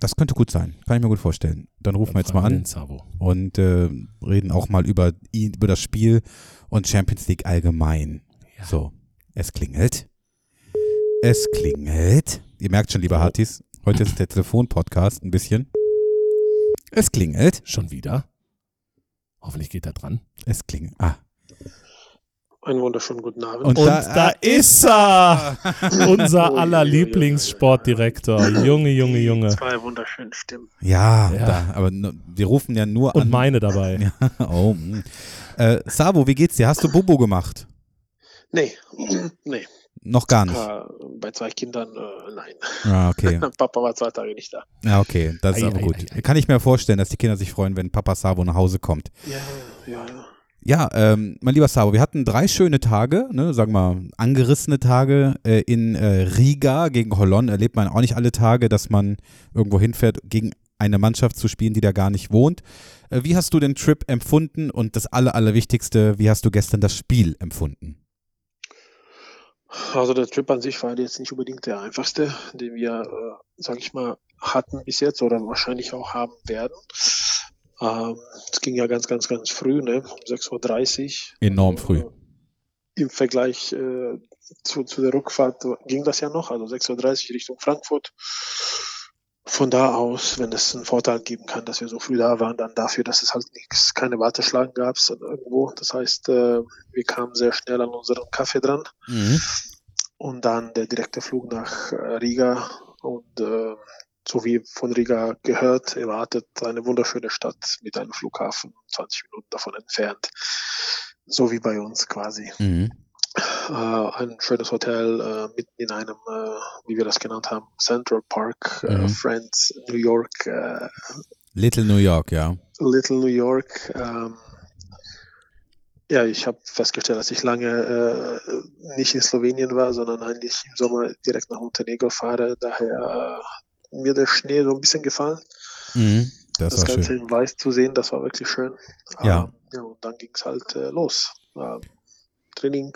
Speaker 2: das könnte gut sein, kann ich mir gut vorstellen. Dann rufen wir jetzt mal
Speaker 1: Fragen
Speaker 2: an
Speaker 1: den Sabo.
Speaker 2: und äh, reden auch mal über, ihn, über das Spiel und Champions League allgemein.
Speaker 1: Ja.
Speaker 2: So, es klingelt. Es klingelt. Ihr merkt schon, liebe
Speaker 1: Oh.
Speaker 2: Hartis, heute ist der Telefon-Podcast ein bisschen. Es klingelt.
Speaker 1: Schon wieder? Hoffentlich geht er dran.
Speaker 2: Es klingelt. Ah.
Speaker 5: Einen wunderschönen guten Abend.
Speaker 2: Und,
Speaker 1: da ist er! Unser
Speaker 5: Ui,
Speaker 1: aller
Speaker 5: ui, ui, ui, ui.
Speaker 1: Lieblingssportdirektor. Junge, Junge, Junge.
Speaker 5: Zwei wunderschöne Stimmen.
Speaker 2: Ja,
Speaker 1: Ja.
Speaker 2: Da, aber nur- wir rufen ja nur
Speaker 1: Und
Speaker 2: an.
Speaker 1: meine dabei.
Speaker 2: Ja, oh, mm. äh, Sabo, wie geht's dir? Hast du Bubo gemacht?
Speaker 5: Nee, nee.
Speaker 2: Noch gar nicht.
Speaker 5: Äh, bei zwei Kindern, äh, nein.
Speaker 2: Ah, okay.
Speaker 5: Papa war zwei Tage nicht da.
Speaker 2: Ja, okay. Das ist
Speaker 1: Ei,
Speaker 2: aber
Speaker 1: ei,
Speaker 2: gut.
Speaker 1: ei, ei.
Speaker 2: Kann ich mir vorstellen, dass die Kinder sich freuen, wenn Papa Sabo nach Hause kommt.
Speaker 5: Ja, ja, ja.
Speaker 2: Ja, ähm, mein lieber Sabo, wir hatten drei schöne Tage, ne, sagen wir mal, angerissene Tage äh, in äh, Riga gegen Holland. Erlebt man auch nicht alle Tage, dass man irgendwo hinfährt, gegen eine Mannschaft zu spielen, die da gar nicht wohnt. Äh, wie hast du den Trip empfunden und das Aller, Allerwichtigste, wie hast du gestern das Spiel empfunden?
Speaker 5: Also der Trip an sich war jetzt nicht unbedingt der einfachste, den wir, äh, sag ich mal, hatten bis jetzt oder wahrscheinlich auch haben werden. Ähm, es ging ja ganz, ganz, ganz früh, ne? um 6.30 Uhr.
Speaker 2: Enorm früh.
Speaker 5: Im Vergleich äh, zu, zu der Rückfahrt ging das ja noch, also 6.30 Uhr Richtung Frankfurt. Von da aus, wenn es einen Vorteil geben kann, dass wir so früh da waren, dann dafür, dass es halt nichts, keine Warteschlangen gab es irgendwo. Das heißt, äh, wir kamen sehr schnell an unseren Kaffee dran
Speaker 1: Mhm.
Speaker 5: und dann der direkte Flug nach äh, Riga und äh, so wie von Riga gehört, erwartet eine wunderschöne Stadt mit einem Flughafen 20 Minuten davon entfernt. So wie bei uns quasi.
Speaker 2: Mhm.
Speaker 5: Äh, ein schönes Hotel äh, mitten in einem, äh, wie wir das genannt haben, Central Park,
Speaker 2: Mhm.
Speaker 5: äh, Friends, New York, äh,
Speaker 2: Little New York, ja.
Speaker 5: Little New York. Ähm, ja, ich habe festgestellt, dass ich lange äh, nicht in Slowenien war, sondern eigentlich im Sommer direkt nach Montenegro fahre. Daher äh, mir der Schnee so ein bisschen gefallen.
Speaker 2: Mhm. Das,
Speaker 5: Das,
Speaker 2: war
Speaker 5: Ganze
Speaker 2: schön.
Speaker 5: in Weiß zu sehen, das war wirklich schön.
Speaker 2: Ja.
Speaker 5: Ähm, ja und dann ging es halt äh, los. Ähm, Training,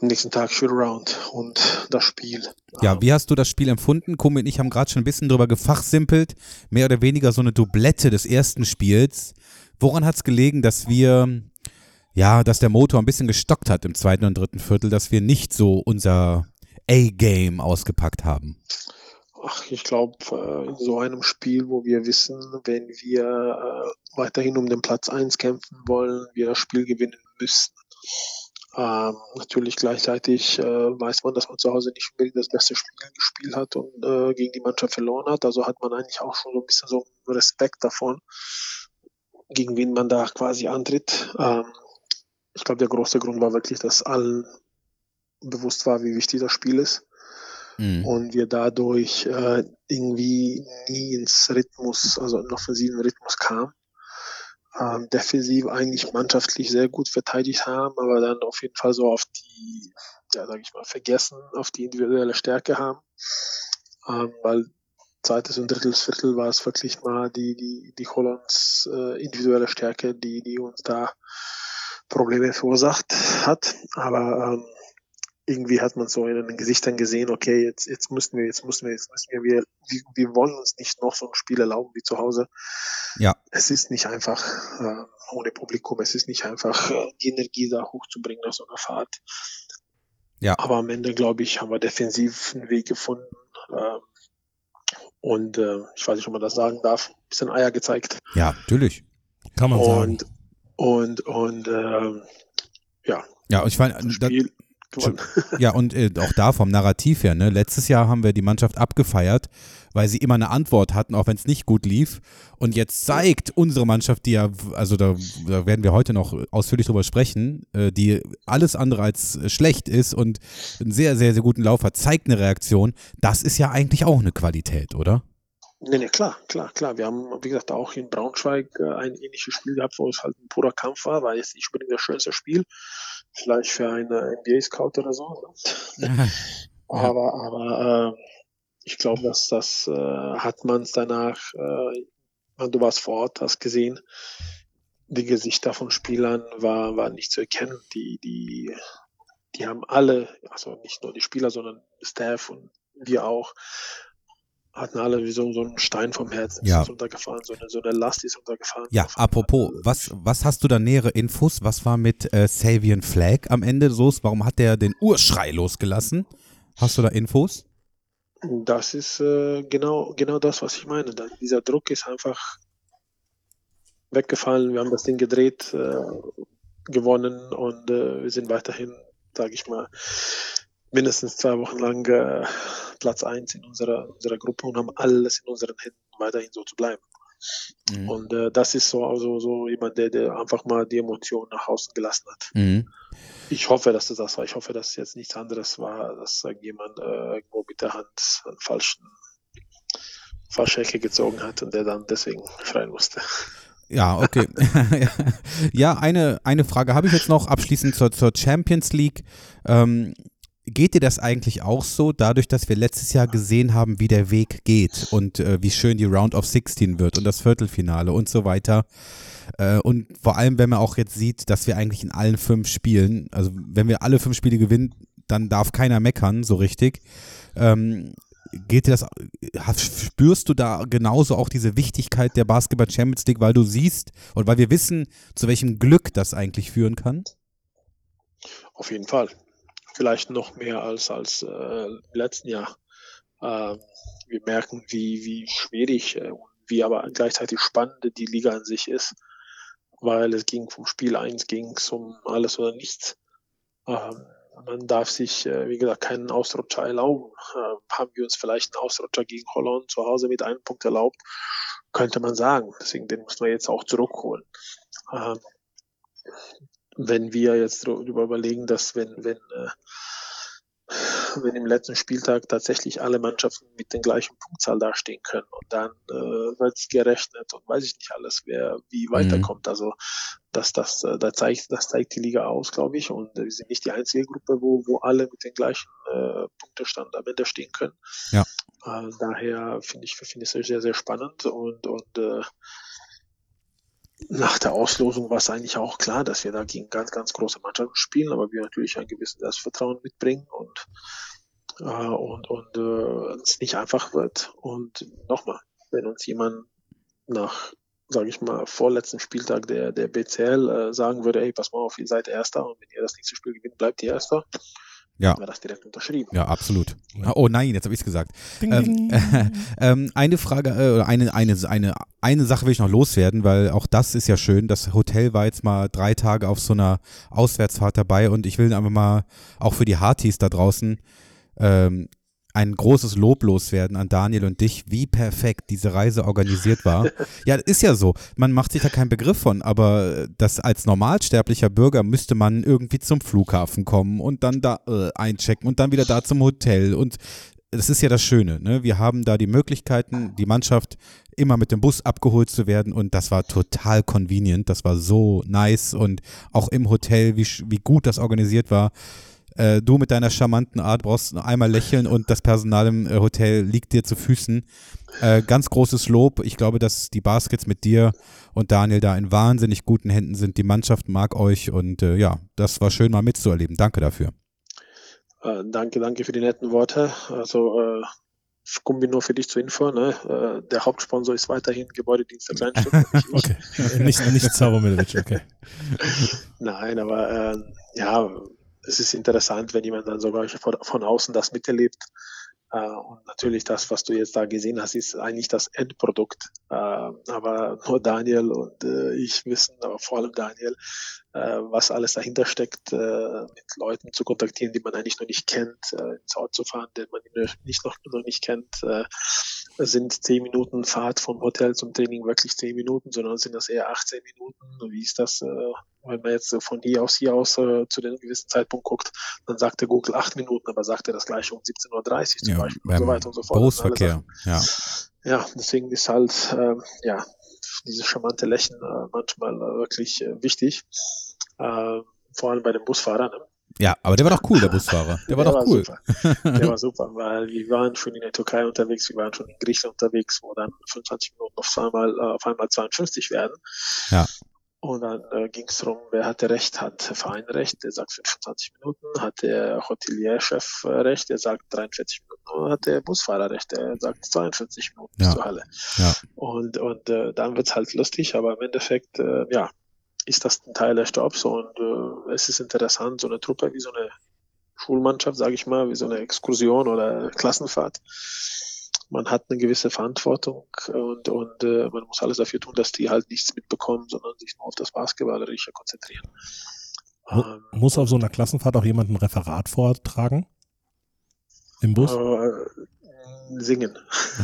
Speaker 5: am nächsten Tag Shoot-Around und das Spiel.
Speaker 2: Ja,
Speaker 5: Ähm,
Speaker 2: wie hast du das Spiel empfunden? Kumi und ich haben gerade schon ein bisschen drüber gefachsimpelt. Mehr oder weniger so eine Doublette des ersten Spiels. Woran hat es gelegen, dass wir, ja, dass der Motor ein bisschen gestockt hat im zweiten und dritten Viertel, dass wir nicht so unser A-Game ausgepackt haben?
Speaker 5: Ach, ich glaube, äh, in so einem Spiel, wo wir wissen, wenn wir äh, weiterhin um den Platz 1 kämpfen wollen, wir das Spiel gewinnen müssen. Ähm, natürlich gleichzeitig äh, weiß man, dass man zu Hause nicht unbedingt das beste Spiel gespielt hat und äh, gegen die Mannschaft verloren hat. Also hat man eigentlich auch schon so ein bisschen so Respekt davon, gegen wen man da quasi antritt. Ähm, ich glaube, der große Grund war wirklich, dass allen bewusst war, wie wichtig das Spiel ist
Speaker 2: Mhm.
Speaker 5: und wir dadurch äh, irgendwie nie ins Rhythmus, also in offensiven Rhythmus kamen. Ähm, defensiv eigentlich mannschaftlich sehr gut verteidigt haben, aber dann auf jeden Fall so auf die, ja, sag ich mal, vergessen, auf die individuelle Stärke haben. Ähm, weil zweites und drittes Viertel war es wirklich mal die, die, die Hollands äh, individuelle Stärke, die, die uns da Probleme verursacht hat. Aber ähm, irgendwie hat man so in den Gesichtern gesehen, okay, jetzt, jetzt müssen wir, jetzt müssen wir, jetzt müssen wir, wir, wir, wir wollen uns nicht noch so ein Spiel erlauben wie zu Hause.
Speaker 2: Ja.
Speaker 5: Es ist nicht einfach äh, ohne Publikum, es ist nicht einfach, äh, die Energie da hochzubringen aus so einer Fahrt.
Speaker 2: Ja.
Speaker 5: Aber am Ende, glaube ich, haben wir defensiv einen Weg gefunden. ähm, und äh, ich weiß nicht, ob man das sagen darf, ein bisschen Eier gezeigt.
Speaker 2: Ja, natürlich.
Speaker 1: Kann man sagen.
Speaker 5: Und, und, und ähm, ja,
Speaker 2: Ja, und ich meine,
Speaker 5: das
Speaker 2: da,
Speaker 5: Spiel gewonnen.
Speaker 2: Ja, und äh, auch da vom Narrativ her, ne? Letztes Jahr haben wir die Mannschaft abgefeiert, weil sie immer eine Antwort hatten, auch wenn es nicht gut lief. Und jetzt zeigt unsere Mannschaft, die ja, also da, da werden wir heute noch ausführlich drüber sprechen, äh, die alles andere als äh, schlecht ist und einen sehr, sehr, sehr guten Lauf hat, zeigt eine Reaktion. Das ist ja eigentlich auch eine Qualität, oder?
Speaker 5: Nee, nee, klar, klar, klar. Wir haben, wie gesagt, auch in Braunschweig äh, ein ähnliches Spiel gehabt, wo es halt ein purer Kampf war, war jetzt nicht unbedingt das schönste Spiel. Vielleicht für einen NBA-Scout oder so. Ne? Aber, aber äh, ich glaube, dass das äh, hat man es danach, äh, du warst vor Ort, hast gesehen, die Gesichter von Spielern war, war nicht zu erkennen. Die, die, die haben alle, also nicht nur die Spieler, sondern Staff und wir auch, hatten alle wie so, so einen Stein vom Herzen,
Speaker 2: Ja.
Speaker 5: ist runtergefahren, so eine, so eine Last ist runtergefahren.
Speaker 2: Ja, apropos, was, was hast du da nähere Infos? Was war mit äh, Savian Flag am Ende so? Warum hat der den Urschrei losgelassen? Hast du da Infos?
Speaker 5: Das ist äh, genau, genau das, was ich meine. Da, dieser Druck ist einfach weggefallen. Wir haben das Ding gedreht, äh, gewonnen und äh, wir sind weiterhin, sage ich mal, mindestens zwei Wochen lang äh, Platz eins in unserer, unserer Gruppe und haben alles in unseren Händen, um weiterhin so zu bleiben.
Speaker 2: Mhm.
Speaker 5: Und äh, das ist so, also, so jemand, der, der einfach mal die Emotionen nach außen gelassen hat.
Speaker 2: Mhm.
Speaker 5: Ich hoffe, dass das das war. Ich hoffe, dass es jetzt nichts anderes war, dass irgendjemand äh, irgendwo mit der Hand einen falschen falsche Ecke gezogen hat und der dann deswegen schreien musste.
Speaker 2: Ja, okay. ja, eine, eine Frage habe ich jetzt noch abschließend zur, zur Champions League. Ähm, geht dir das eigentlich auch so, dadurch, dass wir letztes Jahr gesehen haben, wie der Weg geht und äh, wie schön die Round of 16 wird und das Viertelfinale und so weiter? Äh, und vor allem, wenn man auch jetzt sieht, dass wir eigentlich in allen fünf Spielen, also wenn wir alle fünf Spiele gewinnen, dann darf keiner meckern, so richtig. Ähm, geht dir das, hast- spürst du da genauso auch diese Wichtigkeit der Basketball Champions League, weil du siehst und weil wir wissen, zu welchem Glück das eigentlich führen kann?
Speaker 5: Auf jeden Fall. Vielleicht noch mehr als, als äh, im letzten Jahr. Ähm, wir merken, wie, wie schwierig, äh, und wie aber gleichzeitig spannend die Liga an sich ist, weil es ging vom Spiel 1 ging es um alles oder nichts. Ähm, man darf sich, äh, wie gesagt, keinen Ausrutscher erlauben. Ähm, haben wir uns vielleicht einen Ausrutscher gegen Holland zu Hause mit einem Punkt erlaubt, könnte man sagen. Deswegen den muss man jetzt auch zurückholen. Ähm, wenn wir jetzt darüber überlegen, dass wenn, wenn, äh, wenn im letzten Spieltag tatsächlich alle Mannschaften mit den gleichen Punktzahl dastehen können und dann äh, wird es gerechnet und weiß ich nicht alles, wer wie weiterkommt. Also das, das, äh, da zeigt, das zeigt die Liga aus, glaube ich. Und äh, wir sind nicht die einzige Gruppe, wo, wo alle mit den gleichen äh, Punktestand am Ende stehen können.
Speaker 2: Ja.
Speaker 5: Äh, daher finde ich, finde ich es sehr, sehr spannend und, und äh, nach der Auslosung war es eigentlich auch klar, dass wir da gegen ganz, ganz große Mannschaften spielen, aber wir natürlich ein gewisses Selbstvertrauen mitbringen und, äh, und, und äh, es nicht einfach wird. Und nochmal, wenn uns jemand nach, sage ich mal, vorletzten Spieltag der, der BCL äh, sagen würde, hey, pass mal auf, ihr seid Erster und wenn ihr das nächste Spiel gewinnt, bleibt ihr Erster,
Speaker 2: Ja.
Speaker 5: wäre das direkt unterschrieben.
Speaker 2: Ja, absolut.
Speaker 1: Ja.
Speaker 2: Oh nein, jetzt habe ich es gesagt.
Speaker 1: Ding,
Speaker 2: Ähm, ähm, eine Frage, äh, oder eine, eine, eine, eine Sache will ich noch loswerden, weil auch das ist ja schön. Das Hotel war jetzt mal drei Tage auf so einer Auswärtsfahrt dabei und ich will einfach mal auch für die Hartis da draußen ähm, ein großes Lob loswerden an Daniel und dich, wie perfekt diese Reise organisiert war. ja, ist ja so. Man macht sich da keinen Begriff von, aber das als normalsterblicher Bürger müsste man irgendwie zum Flughafen kommen und dann da äh, einchecken und dann wieder da zum Hotel und das ist ja das Schöne, ne? Wir haben da die Möglichkeiten, die Mannschaft immer mit dem Bus abgeholt zu werden und das war total convenient, das war so nice und auch im Hotel, wie, sch- wie gut das organisiert war. Äh, du mit deiner charmanten Art brauchst nur einmal lächeln und das Personal im äh, Hotel liegt dir zu Füßen. Äh, ganz großes Lob. Ich glaube, dass die Baskets mit dir und Daniel da in wahnsinnig guten Händen sind. Die Mannschaft mag euch und äh, ja, das war schön mal mitzuerleben. Danke dafür.
Speaker 5: Äh, danke, danke für die netten Worte. Also äh, Skumbi nur für dich zur Info. Ne? Äh, der Hauptsponsor ist weiterhin Gebäudedienste Kleinstadt. nicht ich.
Speaker 1: okay, nicht, nicht Zabomilovic, okay.
Speaker 5: Nein, aber ähm, äh, ja, es ist interessant, wenn jemand dann sogar von, von außen das miterlebt, Äh, und natürlich das, was du jetzt da gesehen hast, ist eigentlich das Endprodukt. Äh, aber nur Daniel und äh, ich wissen, aber vor allem Daniel, äh, was alles dahinter steckt, äh, mit Leuten zu kontaktieren, die man eigentlich noch nicht kennt, äh, ins Ort zu fahren, den man nicht noch, noch nicht kennt. Äh, sind zehn Minuten Fahrt vom Hotel zum Training wirklich zehn Minuten, sondern sind das eher 18 Minuten? Wie ist das, äh, wenn man jetzt von hier aus hier aus äh, zu einem gewissen Zeitpunkt guckt, dann sagt der Google acht Minuten, aber sagt er das gleiche um 17.30 Uhr zum
Speaker 2: Ja,
Speaker 5: Beispiel und
Speaker 2: beim
Speaker 5: so weiter und so fort. Also,
Speaker 2: Berufsverkehr. Ja.
Speaker 5: Ja, deswegen ist halt ähm, ja dieses charmante Lächeln äh, manchmal äh, wirklich äh, wichtig. Ähm, vor allem bei den Busfahrern. ne?
Speaker 2: ja, aber der war doch cool, der Busfahrer. Der war doch cool.
Speaker 5: Super. Der war super, weil wir waren schon in der Türkei unterwegs, wir waren schon in Griechenland unterwegs, wo dann 25 Minuten auf einmal, äh, auf einmal 52 werden.
Speaker 2: Ja.
Speaker 5: Und dann äh, ging es darum, wer hatte Recht, hat der Verein Recht, der sagt 25 Minuten, hat der Hotelierchef äh, Recht, der sagt 43 Minuten, und hat der Busfahrer Recht, der sagt 42 Minuten
Speaker 2: Ja.
Speaker 5: bis zur Halle.
Speaker 2: Ja.
Speaker 5: Und, und äh, dann wird's halt lustig, aber im Endeffekt, äh, ja, ist das ein Teil des Jobs und äh, es ist interessant, so eine Truppe wie so eine Schulmannschaft, sage ich mal, wie so eine Exkursion oder Klassenfahrt. Man hat eine gewisse Verantwortung und, und äh, man muss alles dafür tun, dass die halt nichts mitbekommen, sondern sich nur auf das Basketballerische konzentrieren.
Speaker 1: Mu-
Speaker 5: Ähm,
Speaker 1: Muss auf so einer Klassenfahrt auch jemand ein Referat vortragen? Im Bus?
Speaker 5: äh, singen.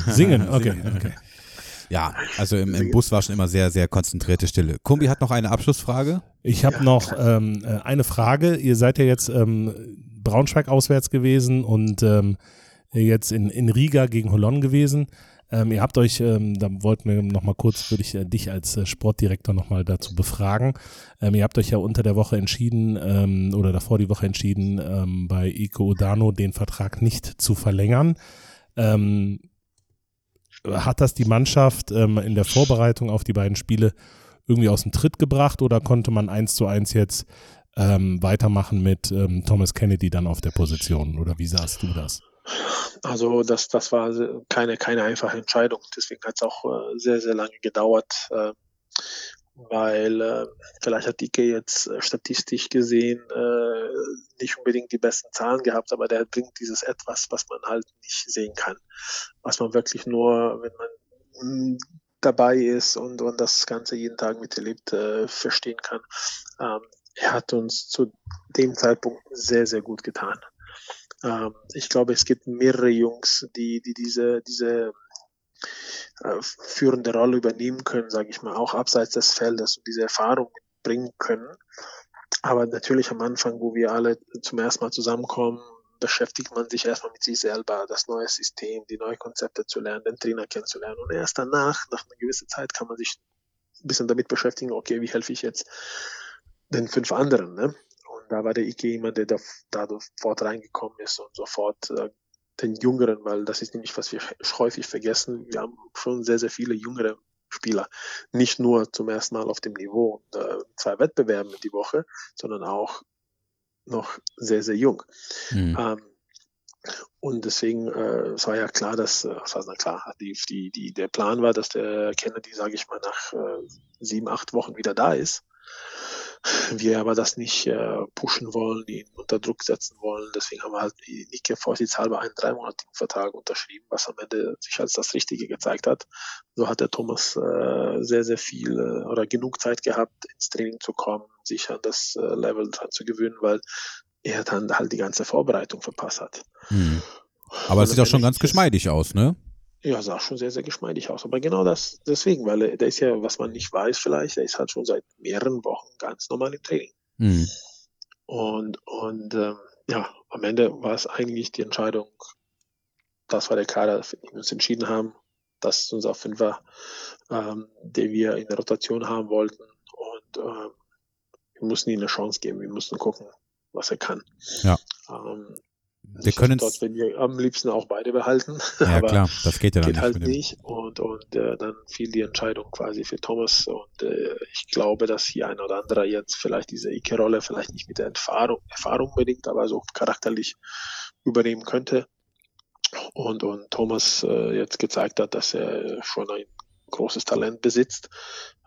Speaker 1: Singen, okay.
Speaker 2: Singen,
Speaker 1: okay.
Speaker 2: Ja, also im, im Bus war schon immer sehr, sehr konzentrierte Stille. Kumbi hat noch eine Abschlussfrage.
Speaker 1: Ich habe
Speaker 5: Ja,
Speaker 1: noch ähm, äh, eine Frage. Ihr seid ja jetzt ähm, Braunschweig auswärts gewesen und ähm, jetzt in, in Riga gegen Holon gewesen. Ähm, ihr habt euch, ähm, da wollten wir nochmal kurz, würde ich äh, dich als äh, Sportdirektor nochmal dazu befragen. Ähm, ihr habt euch ja unter der Woche entschieden ähm, oder davor die Woche entschieden, ähm, bei Iko Odano den Vertrag nicht zu verlängern. Ähm, hat das die Mannschaft ähm, in der Vorbereitung auf die beiden Spiele irgendwie aus dem Tritt gebracht oder konnte man eins zu eins jetzt ähm, weitermachen mit ähm, Thomas Kennedy dann auf der Position? Oder wie sahst du das?
Speaker 5: Also das, das war keine, keine einfache Entscheidung. Deswegen hat es auch äh, sehr, sehr lange gedauert, äh, weil äh, vielleicht hat Ike jetzt äh, statistisch gesehen äh, nicht unbedingt die besten Zahlen gehabt, aber der bringt dieses etwas, was man halt nicht sehen kann. Was man wirklich nur, wenn man mh, dabei ist und, und das Ganze jeden Tag miterlebt, äh, verstehen kann. Ähm, er hat uns zu dem Zeitpunkt sehr, sehr gut getan. Ähm, ich glaube, es gibt mehrere Jungs, die, die diese, diese äh, führende Rolle übernehmen können, sage ich mal, auch abseits des Feldes und diese Erfahrung bringen können. Aber natürlich am Anfang, wo wir alle zum ersten Mal zusammenkommen, beschäftigt man sich erstmal mit sich selber, das neue System, die neuen Konzepte zu lernen, den Trainer kennenzulernen. Und erst danach, nach einer gewissen Zeit, kann man sich ein bisschen damit beschäftigen, okay, wie helfe ich jetzt den fünf anderen, ne? Und da war der Ike jemand, der da, da sofort reingekommen ist und sofort äh, den Jüngeren, weil das ist nämlich, was wir häufig vergessen. Wir haben schon sehr, sehr viele jüngere Spieler. Nicht nur zum ersten Mal auf dem Niveau äh, zwei Wettbewerben die Woche, sondern auch noch sehr, sehr jung.
Speaker 2: Mhm.
Speaker 5: Ähm, und deswegen äh, es war ja klar, dass, äh, was war denn klar, die, die, die, der Plan war, dass der Kennedy, sage ich mal, nach äh, sieben, acht Wochen wieder da ist. Wir aber das nicht äh, pushen wollen, ihn unter Druck setzen wollen. Deswegen haben wir halt Nike vorsichtshalber einen dreimonatigen Vertrag unterschrieben, was am Ende sich als das Richtige gezeigt hat. So hat der Thomas äh, sehr, sehr viel äh, oder genug Zeit gehabt, ins Training zu kommen, sich an das äh, Level dran zu gewöhnen, weil er dann halt die ganze Vorbereitung verpasst hat.
Speaker 2: Mhm. Aber es
Speaker 5: Und
Speaker 2: sieht auch schon ganz
Speaker 5: letztendlich ist-
Speaker 2: geschmeidig aus, ne?
Speaker 5: Ja, sah schon sehr, sehr geschmeidig aus. Aber genau das, deswegen, weil er- der ist ja, was man nicht weiß vielleicht, der ist halt schon seit mehreren Wochen ganz normal im Training.
Speaker 2: Mhm.
Speaker 5: Und, und ähm, ja, am Ende war es eigentlich die Entscheidung, das war der Kader, für den wir uns entschieden haben. Das ist unser Fünfer, ähm, den wir in der Rotation haben wollten. Und ähm, wir mussten ihm eine Chance geben. Wir mussten gucken, was er kann.
Speaker 2: Ja.
Speaker 5: Ähm,
Speaker 2: Wir können
Speaker 5: dort,
Speaker 2: es.
Speaker 5: wenn wir am liebsten auch beide behalten.
Speaker 2: Ja,
Speaker 5: aber
Speaker 2: klar, das geht ja dann
Speaker 5: geht
Speaker 2: nicht.
Speaker 5: halt
Speaker 2: mit dem-
Speaker 5: nicht. Und, und äh, dann fiel die Entscheidung quasi für Thomas. Und äh, ich glaube, dass hier ein oder anderer jetzt vielleicht diese Ike-Rolle vielleicht nicht mit der Erfahrung, Erfahrung unbedingt, aber so charakterlich übernehmen könnte. Und, und Thomas äh, jetzt gezeigt hat, dass er schon ein großes Talent besitzt.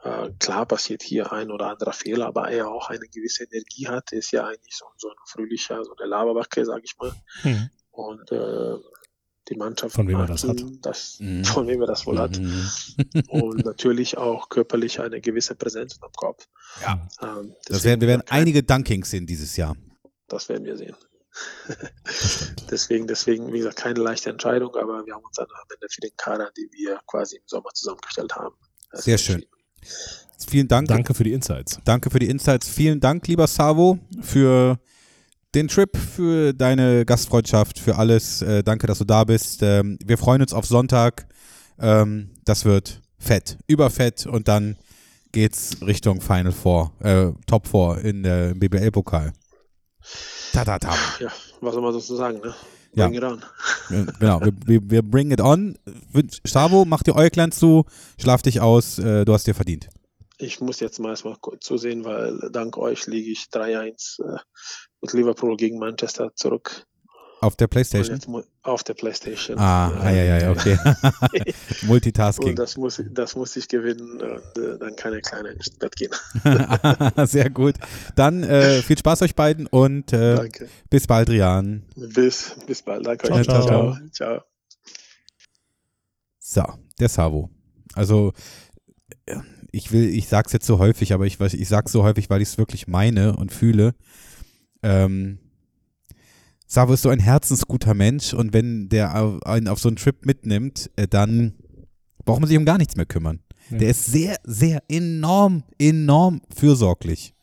Speaker 5: Äh, klar passiert hier ein oder anderer Fehler, aber er auch eine gewisse Energie hat. Er ist
Speaker 2: Hm.
Speaker 5: ja eigentlich so, so ein fröhlicher, so der Laberbacke, sag ich mal. Und äh, die Mannschaft
Speaker 1: Von wem er das
Speaker 5: mag
Speaker 1: hat.
Speaker 5: ihn, Das,
Speaker 2: Mhm.
Speaker 5: Von wem er das wohl hat.
Speaker 2: Mhm.
Speaker 5: Und natürlich auch körperlich eine gewisse Präsenz am Kopf.
Speaker 1: Ja.
Speaker 5: Ähm,
Speaker 2: Das
Speaker 5: deswegen-
Speaker 2: werden, wir werden einige Dunkings sehen dieses Jahr.
Speaker 5: Das werden wir sehen. deswegen, deswegen, wie gesagt, keine leichte Entscheidung, aber wir haben uns dann am Ende für den Kader, den wir quasi im Sommer zusammengestellt haben. äh,
Speaker 2: Sehr schön.
Speaker 5: entschieden.
Speaker 2: Vielen Dank.
Speaker 1: Danke für die Insights.
Speaker 2: Danke für die Insights. Vielen Dank, lieber Savo, für den Trip, für deine Gastfreundschaft, für alles. Äh, danke, dass du da bist. Ähm, wir freuen uns auf Sonntag. Ähm, das wird fett, überfett und dann geht's Richtung Final Four, äh, Top Four in der im BBL-Pokal. Tatatam.
Speaker 5: Ja, was soll man dazu sagen, ne?
Speaker 2: Ja.
Speaker 5: Bring it on.
Speaker 2: Äh, genau, wir, wir, wir bring it on. Wünsch- Savo, mach dir Äuglein zu, schlaf dich aus, äh, du hast dir verdient.
Speaker 5: Ich muss jetzt mal erstmal kurz zusehen, weil dank euch liege ich 3-1 äh, mit Liverpool gegen Manchester zurück.
Speaker 2: Auf der
Speaker 5: Und
Speaker 2: Playstation.
Speaker 5: jetzt mu- auf der Playstation.
Speaker 2: Ah,
Speaker 5: Ja.
Speaker 2: ah ja, ja, okay. Multitasking.
Speaker 5: Und das muss, ich- das muss ich gewinnen und äh, dann kann der Kleine ins Bett gehen.
Speaker 2: Sehr gut. Dann äh, viel Spaß euch beiden und äh,
Speaker 5: Danke.
Speaker 2: bis bald, Rian.
Speaker 5: Bis, bis bald. Danke
Speaker 1: Ciao,
Speaker 5: euch.
Speaker 1: ciao.
Speaker 5: ciao. ciao.
Speaker 2: So, der Savo. Also, äh, ich will, ich sag's jetzt so häufig, aber ich, weiß- ich sag's so häufig, weil ich es wirklich meine und fühle. Ähm, Savo ist so ein herzensguter Mensch und wenn der au- einen auf so einen Trip mitnimmt, äh, dann braucht man sich um gar nichts mehr kümmern.
Speaker 1: Ja.
Speaker 2: Der ist sehr, sehr enorm, enorm fürsorglich.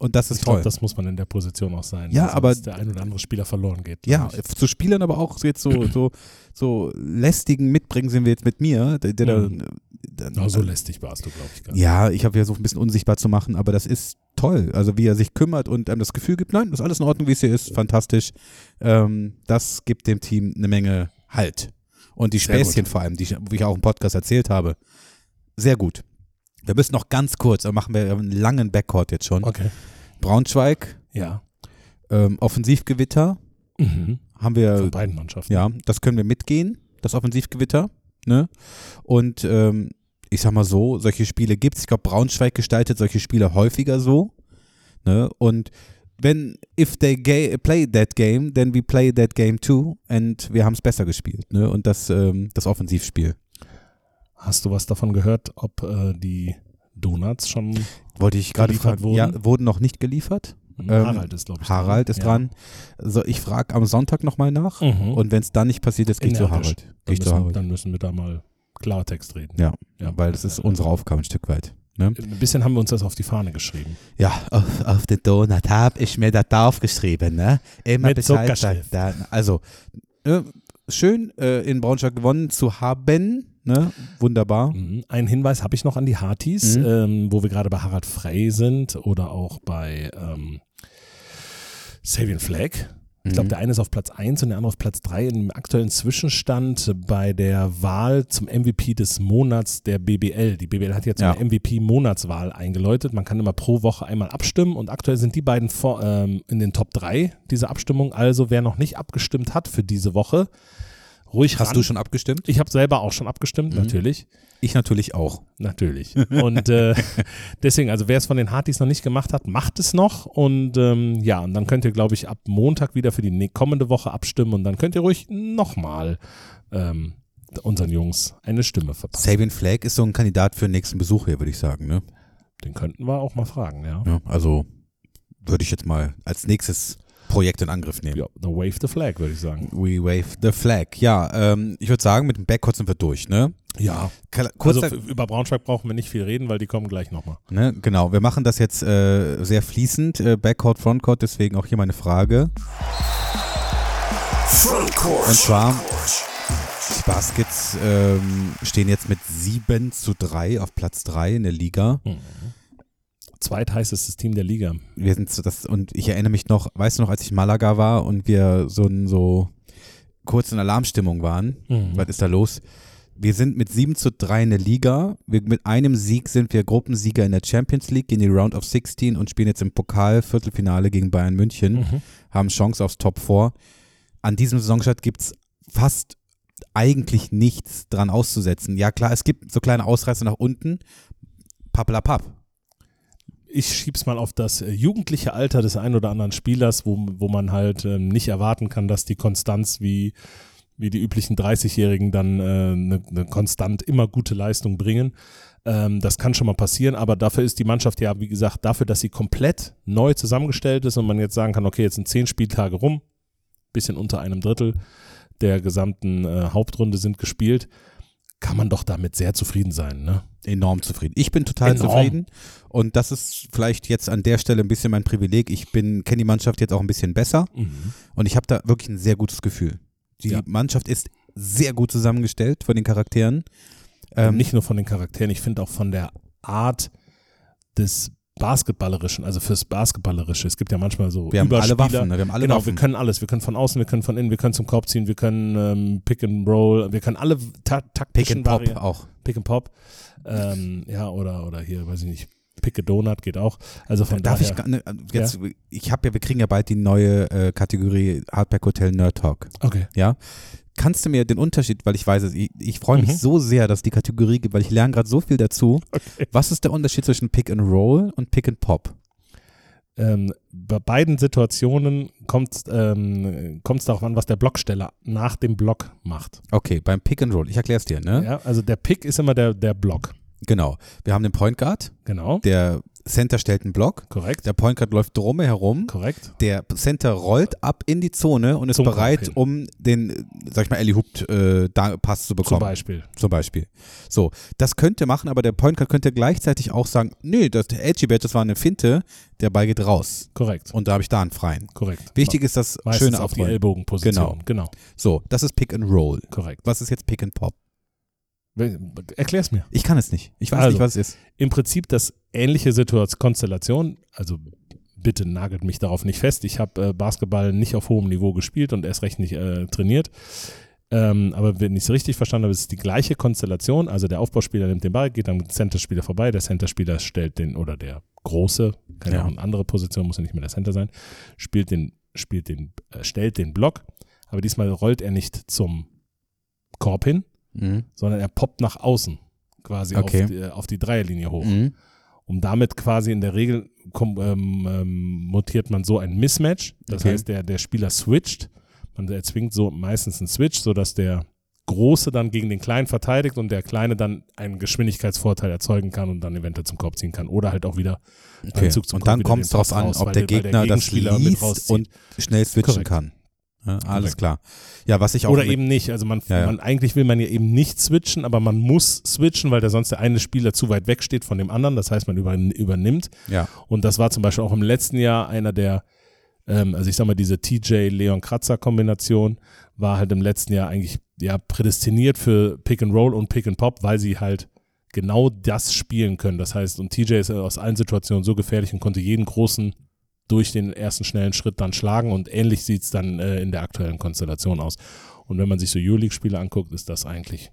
Speaker 2: Und das ist
Speaker 1: Ich
Speaker 2: toll.
Speaker 1: glaube, das muss man in der Position auch sein.
Speaker 2: Ja,
Speaker 1: sonst
Speaker 2: aber-
Speaker 1: der ein oder andere Spieler verloren geht.
Speaker 2: Ja,
Speaker 1: glaub ich.
Speaker 2: zu Spielern, aber auch jetzt so, so, so lästigen Mitbringen sind wir jetzt mit mir. Der, der
Speaker 1: Mhm.
Speaker 2: dann, äh,
Speaker 1: Na, so lästig warst du, glaube ich, gar nicht.
Speaker 2: ja, ich habe ja so ein bisschen unsichtbar zu machen, aber das ist toll. Also wie er sich kümmert und einem das Gefühl gibt, nein, ist alles in Ordnung, wie es hier ist, fantastisch. Ähm, das gibt dem Team eine Menge Halt. Und die
Speaker 1: Sehr gut.
Speaker 2: Späßchen vor allem, die ich, wo ich auch im Podcast erzählt habe. Sehr gut. Wir müssen noch ganz kurz, aber machen wir einen langen Backcourt jetzt schon.
Speaker 1: Okay.
Speaker 2: Braunschweig,
Speaker 1: Ja.
Speaker 2: ähm, Offensivgewitter
Speaker 1: Mhm.
Speaker 2: haben wir
Speaker 1: Von beiden Mannschaften.
Speaker 2: Also, ja, das können wir mitgehen, das Offensivgewitter. Ne? Und ähm, ich sag mal so, solche Spiele gibt's. Ich glaube, Braunschweig gestaltet solche Spiele häufiger so. Ne? Und wenn, if they ga play that game, then we play that game too. And wir haben's besser gespielt. Ne? Und das, ähm, das Offensivspiel.
Speaker 1: Hast du was davon gehört, ob äh, die Donuts schon.
Speaker 2: Wollte ich gerade
Speaker 1: Geliefert
Speaker 2: fragen.
Speaker 1: wurden?
Speaker 2: Ja, wurden noch nicht geliefert. Ähm,
Speaker 1: Harald ist, glaube ich.
Speaker 2: Harald ist
Speaker 1: ja.
Speaker 2: dran. So, ich frage am Sonntag nochmal nach.
Speaker 1: Mhm.
Speaker 2: Und wenn's dann nicht passiert ist, gehe ich zu
Speaker 1: Energisch.
Speaker 2: Harald.
Speaker 1: dann
Speaker 2: Geh ich zu
Speaker 1: müssen,
Speaker 2: Harald.
Speaker 1: dann müssen wir da mal Klartext reden.
Speaker 2: Ja,
Speaker 1: Ja.
Speaker 2: weil das ist unsere Aufgabe ein Stück weit. Ne?
Speaker 1: Ein bisschen haben wir uns das auf die Fahne geschrieben.
Speaker 2: Ja, auf, auf den Donut habe ich mir das aufgeschrieben, ne? Immer
Speaker 1: Mit
Speaker 2: Bescheid sagen.
Speaker 1: Zuckerschrift.
Speaker 2: Da, also, äh, schön äh, in Braunschweig gewonnen zu haben, ne? Wunderbar.
Speaker 1: Mhm. Einen Hinweis habe ich noch an die Hartis,
Speaker 2: Mhm.
Speaker 1: ähm, wo wir gerade bei Harald Frey sind oder auch bei ähm, Savian Flag. Ich glaube,
Speaker 2: Mhm.
Speaker 1: der eine ist auf Platz 1 und der andere auf Platz 3 im aktuellen Zwischenstand bei der Wahl zum MVP des Monats der BBL. Die BBL hat jetzt
Speaker 2: Ja.
Speaker 1: eine MVP-Monatswahl eingeläutet. Man kann immer pro Woche einmal abstimmen und aktuell sind die beiden vor, ähm, in den Top 3 dieser Abstimmung. Also wer noch nicht abgestimmt hat für diese Woche, ruhig
Speaker 2: Hast
Speaker 1: ran.
Speaker 2: du schon abgestimmt?
Speaker 1: Ich habe selber auch schon abgestimmt,
Speaker 2: Mhm.
Speaker 1: natürlich.
Speaker 2: Ich natürlich auch.
Speaker 1: Natürlich. Und äh, deswegen, also wer es von den Hartis noch nicht gemacht hat, macht es noch. Und ähm, ja, und dann könnt ihr, glaube ich, ab Montag wieder für die nä- kommende Woche abstimmen. Und dann könnt ihr ruhig nochmal ähm, unseren Jungs eine Stimme verpassen.
Speaker 2: Sabian Flag ist so ein Kandidat für den nächsten Besuch hier, würde ich sagen, ne?
Speaker 1: Den könnten wir auch mal fragen, ja.
Speaker 2: Ja, also würde ich jetzt mal als nächstes Projekt in Angriff nehmen.
Speaker 1: Ja, the wave the flag, würde ich sagen.
Speaker 2: We wave the flag. Ja, ähm, ich würde sagen, mit dem Backcourt sind wir durch, ne?
Speaker 1: Ja.
Speaker 2: Kla-
Speaker 1: Also
Speaker 2: Kurzer,
Speaker 1: f- über Braunschweig brauchen wir nicht viel reden, weil die kommen gleich nochmal.
Speaker 2: Ne, genau, wir machen das jetzt äh, sehr fließend, äh, Backcourt, Frontcourt, deswegen auch hier meine Frage.
Speaker 4: Front
Speaker 2: Und
Speaker 4: course.
Speaker 2: zwar, die Baskets ähm, stehen jetzt mit 7 zu 3 auf Platz 3 in der Liga.
Speaker 1: Zweitheißestes Team der Liga.
Speaker 2: Wir sind so das, und ich erinnere mich noch, weißt du noch, als ich in Malaga war und wir so, ein- so kurz in Alarmstimmung waren,
Speaker 1: Mhm.
Speaker 2: was ist da los? Wir sind mit 7 zu 3 in der Liga. Wir, mit einem Sieg sind wir Gruppensieger in der Champions League, gehen in die Round of 16 und spielen jetzt im Pokal Viertelfinale gegen Bayern München.
Speaker 1: Mhm.
Speaker 2: haben Chance aufs Top 4. An diesem Saisonstart gibt es fast eigentlich nichts dran auszusetzen. Ja, klar, es gibt so kleine Ausreißer nach unten. Pappelapapp.
Speaker 1: ich schieb's mal auf das äh, jugendliche Alter des einen oder anderen Spielers, wo, wo man halt ähm, nicht erwarten kann, dass die Konstanz wie wie die üblichen 30-Jährigen dann äh, ne, ne konstant immer gute Leistung bringen. Ähm, das kann schon mal passieren, aber dafür ist die Mannschaft ja, wie gesagt, dafür, dass sie komplett neu zusammengestellt ist und man jetzt sagen kann, okay, jetzt sind zehn Spieltage rum, bisschen unter einem Drittel der gesamten äh, Hauptrunde sind gespielt, kann man doch damit sehr zufrieden sein, ne?
Speaker 2: enorm zufrieden. Ich bin total
Speaker 1: Enorm.
Speaker 2: zufrieden und das ist vielleicht jetzt an der Stelle ein bisschen mein Privileg. Ich bin kenne die Mannschaft jetzt auch ein bisschen besser und ich habe da wirklich ein sehr gutes Gefühl. Die
Speaker 1: Ja.
Speaker 2: Mannschaft ist sehr gut zusammengestellt von den Charakteren. Ähm,
Speaker 1: nicht nur von den Charakteren, ich finde auch von der Art des Basketballerischen, also fürs Basketballerische. Es gibt ja manchmal so
Speaker 2: wir haben alle
Speaker 1: Überspieler.
Speaker 2: Waffen, ne? wir haben alle
Speaker 1: genau,
Speaker 2: Waffen.
Speaker 1: wir können alles. Wir können von außen, wir können von innen, wir können zum Korb ziehen, wir können ähm, Pick and Roll, wir können alle ta
Speaker 2: Pick
Speaker 1: taktischen
Speaker 2: and Pop
Speaker 1: Vari-
Speaker 2: auch.
Speaker 1: Pick and Pop. Ähm, ja, oder, oder hier, weiß ich nicht, Pick a Donut geht auch. Also von
Speaker 2: Darf ich
Speaker 1: daher.
Speaker 2: gar- ne, jetzt ich habe ja wir kriegen ja bald die neue äh, Kategorie Hardback Hotel Nerd Talk.
Speaker 1: okay.
Speaker 2: Ja. Kannst du mir den Unterschied, weil ich weiß es, ich, ich freue mich
Speaker 1: Mhm.
Speaker 2: so sehr, dass die Kategorie gibt, weil ich lerne gerade so viel dazu. Was ist der Unterschied zwischen Pick and Roll und Pick and Pop?
Speaker 1: Ähm, bei beiden Situationen kommt es ähm, kommt's darauf an, was der Blocksteller nach dem Block macht.
Speaker 2: Okay, beim Pick and Roll. Ich erkläre es dir, ne?
Speaker 1: Ja, also der Pick ist immer der, der Block.
Speaker 2: Genau. Wir haben den Point Guard,
Speaker 1: Genau.
Speaker 2: der Center stellt einen Block,
Speaker 1: korrekt.
Speaker 2: der Point Guard läuft drum herum,
Speaker 1: korrekt.
Speaker 2: der Center rollt ab in die Zone und ist
Speaker 1: Zum Korb
Speaker 2: bereit,
Speaker 1: hin.
Speaker 2: um den, äh, sag ich mal, Ellie Hoopt äh, da- Pass zu
Speaker 1: Zum
Speaker 2: bekommen.
Speaker 1: Beispiel.
Speaker 2: Zum Beispiel. So, das könnte machen, aber der Point Guard könnte gleichzeitig auch sagen, nee, das der Edgy Badge, das war eine Finte, der Ball geht raus.
Speaker 1: Korrekt.
Speaker 2: Und da habe ich da einen freien.
Speaker 1: korrekt.
Speaker 2: Wichtig ist das
Speaker 1: Meistens
Speaker 2: schöne
Speaker 1: auf die
Speaker 2: Abrollen.
Speaker 1: Ellbogenposition. Genau.
Speaker 2: So, das ist Pick and Roll.
Speaker 1: Korrekt.
Speaker 2: Was ist jetzt Pick and Pop?
Speaker 1: Erklär's mir.
Speaker 2: Ich kann es nicht. Ich weiß
Speaker 1: Also,
Speaker 2: nicht, was es ist.
Speaker 1: Im Prinzip das ähnliche Situation, Konstellation, also bitte nagelt mich darauf nicht fest. Ich habe äh, Basketball nicht auf hohem Niveau gespielt und erst recht nicht äh, trainiert. Ähm, aber wenn ich es richtig verstanden habe, ist es die gleiche Konstellation. Also der Aufbauspieler nimmt den Ball, geht am Centerspieler vorbei, der Centerspieler stellt den oder der große, kann ja
Speaker 2: Ja.
Speaker 1: auch eine andere Position, muss ja nicht mehr der Center sein, spielt den, spielt den, äh, stellt den Block, aber diesmal rollt er nicht zum Korb hin,
Speaker 2: Mhm.
Speaker 1: sondern er poppt nach außen quasi
Speaker 2: Okay.
Speaker 1: auf, die, äh, auf die Dreierlinie hoch.
Speaker 2: Mhm.
Speaker 1: Und Um damit quasi in der Regel kom- ähm, ähm, mutiert man so ein Mismatch. Das
Speaker 2: Okay.
Speaker 1: heißt, der, der Spieler switcht. Man erzwingt so meistens einen Switch, sodass der Große dann gegen den Kleinen verteidigt und der Kleine dann einen Geschwindigkeitsvorteil erzeugen kann und dann eventuell zum Korb ziehen kann. Oder halt auch wieder beim
Speaker 2: Okay.
Speaker 1: Zug zum
Speaker 2: und
Speaker 1: Korb
Speaker 2: dann
Speaker 1: wieder
Speaker 2: kommt es
Speaker 1: den Pass
Speaker 2: darauf an,
Speaker 1: raus,
Speaker 2: ob
Speaker 1: weil
Speaker 2: der
Speaker 1: weil
Speaker 2: Gegner das
Speaker 1: Gegenspieler mit
Speaker 2: liest
Speaker 1: rauszieht.
Speaker 2: und schnell switchen
Speaker 1: Korrekt.
Speaker 2: kann. Ja, alles
Speaker 1: Korrekt.
Speaker 2: klar. Ja, was ich auch
Speaker 1: Oder
Speaker 2: mit-
Speaker 1: eben nicht. Also man,
Speaker 2: Ja, ja.
Speaker 1: man eigentlich will man ja eben nicht switchen, aber man muss switchen, weil da sonst der eine Spieler zu weit weg steht von dem anderen. Das heißt, man über, übernimmt.
Speaker 2: Ja.
Speaker 1: Und das war zum Beispiel auch im letzten Jahr einer der, ähm, also ich sag mal, diese TJ-Leon-Kratzer-Kombination war halt im letzten Jahr eigentlich ja prädestiniert für Pick and Roll und Pick and Pop, weil sie halt genau das spielen können. Das heißt, und TJ ist aus allen Situationen so gefährlich und konnte jeden großen durch den ersten schnellen Schritt dann schlagen und ähnlich sieht es dann äh, in der aktuellen Konstellation aus. Und wenn man sich so Euroleague-Spiele anguckt, ist das eigentlich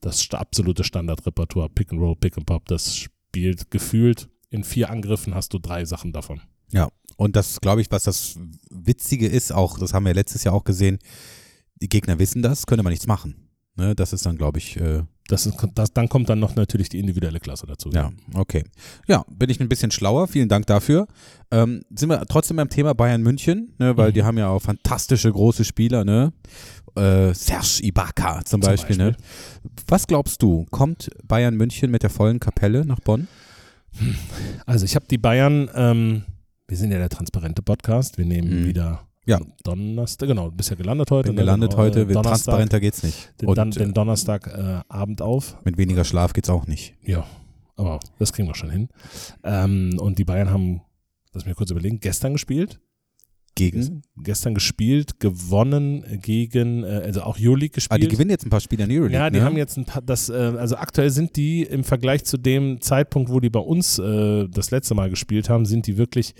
Speaker 1: das sta- absolute Standardrepertoire. Pick and Roll, Pick and Pop, das spielt gefühlt in vier Angriffen hast du drei Sachen davon.
Speaker 2: Ja, und das glaube ich, was das Witzige ist, auch, das haben wir letztes Jahr auch gesehen, die Gegner wissen das, können aber nichts machen. Ne, das ist dann, glaube ich, äh,
Speaker 1: Das ist, das, dann kommt dann noch natürlich die individuelle Klasse dazu.
Speaker 2: ja, okay. Ja, bin ich ein bisschen schlauer, vielen Dank dafür. Ähm, sind wir trotzdem beim Thema Bayern München, ne, weil
Speaker 1: Mhm.
Speaker 2: die haben ja auch fantastische große Spieler, ne? Äh, Serge Ibaka zum, Beispiel, ne? Was glaubst du, kommt Bayern München mit der vollen Kapelle nach Bonn?
Speaker 1: Also ich habe die Bayern, ähm, wir sind ja der transparente Podcast, wir nehmen
Speaker 2: Mhm.
Speaker 1: wieder
Speaker 2: Ja.
Speaker 1: Donnerstag, genau, du bist ja gelandet heute.
Speaker 2: Bin
Speaker 1: ne?
Speaker 2: gelandet
Speaker 1: Genau, äh,
Speaker 2: heute, wird
Speaker 1: Donnerstag,
Speaker 2: transparenter geht's nicht.
Speaker 1: Den,
Speaker 2: Und
Speaker 1: dann,
Speaker 2: äh,
Speaker 1: den Donnerstagabend äh, Abend auf.
Speaker 2: mit weniger Schlaf geht's auch nicht.
Speaker 1: Ja, aber das kriegen wir schon hin. Ähm, und die Bayern haben, lass mich kurz überlegen, gestern gespielt.
Speaker 2: Gegen?
Speaker 1: Gestern gespielt, gewonnen gegen, äh, also auch Euroleague gespielt.
Speaker 2: Ah, die gewinnen jetzt ein paar Spiele in der Euroleague,
Speaker 1: Ja, die
Speaker 2: ne?
Speaker 1: haben jetzt ein paar, das, äh, also aktuell sind die im Vergleich zu dem Zeitpunkt, wo die bei uns äh, das letzte Mal gespielt haben, sind die wirklich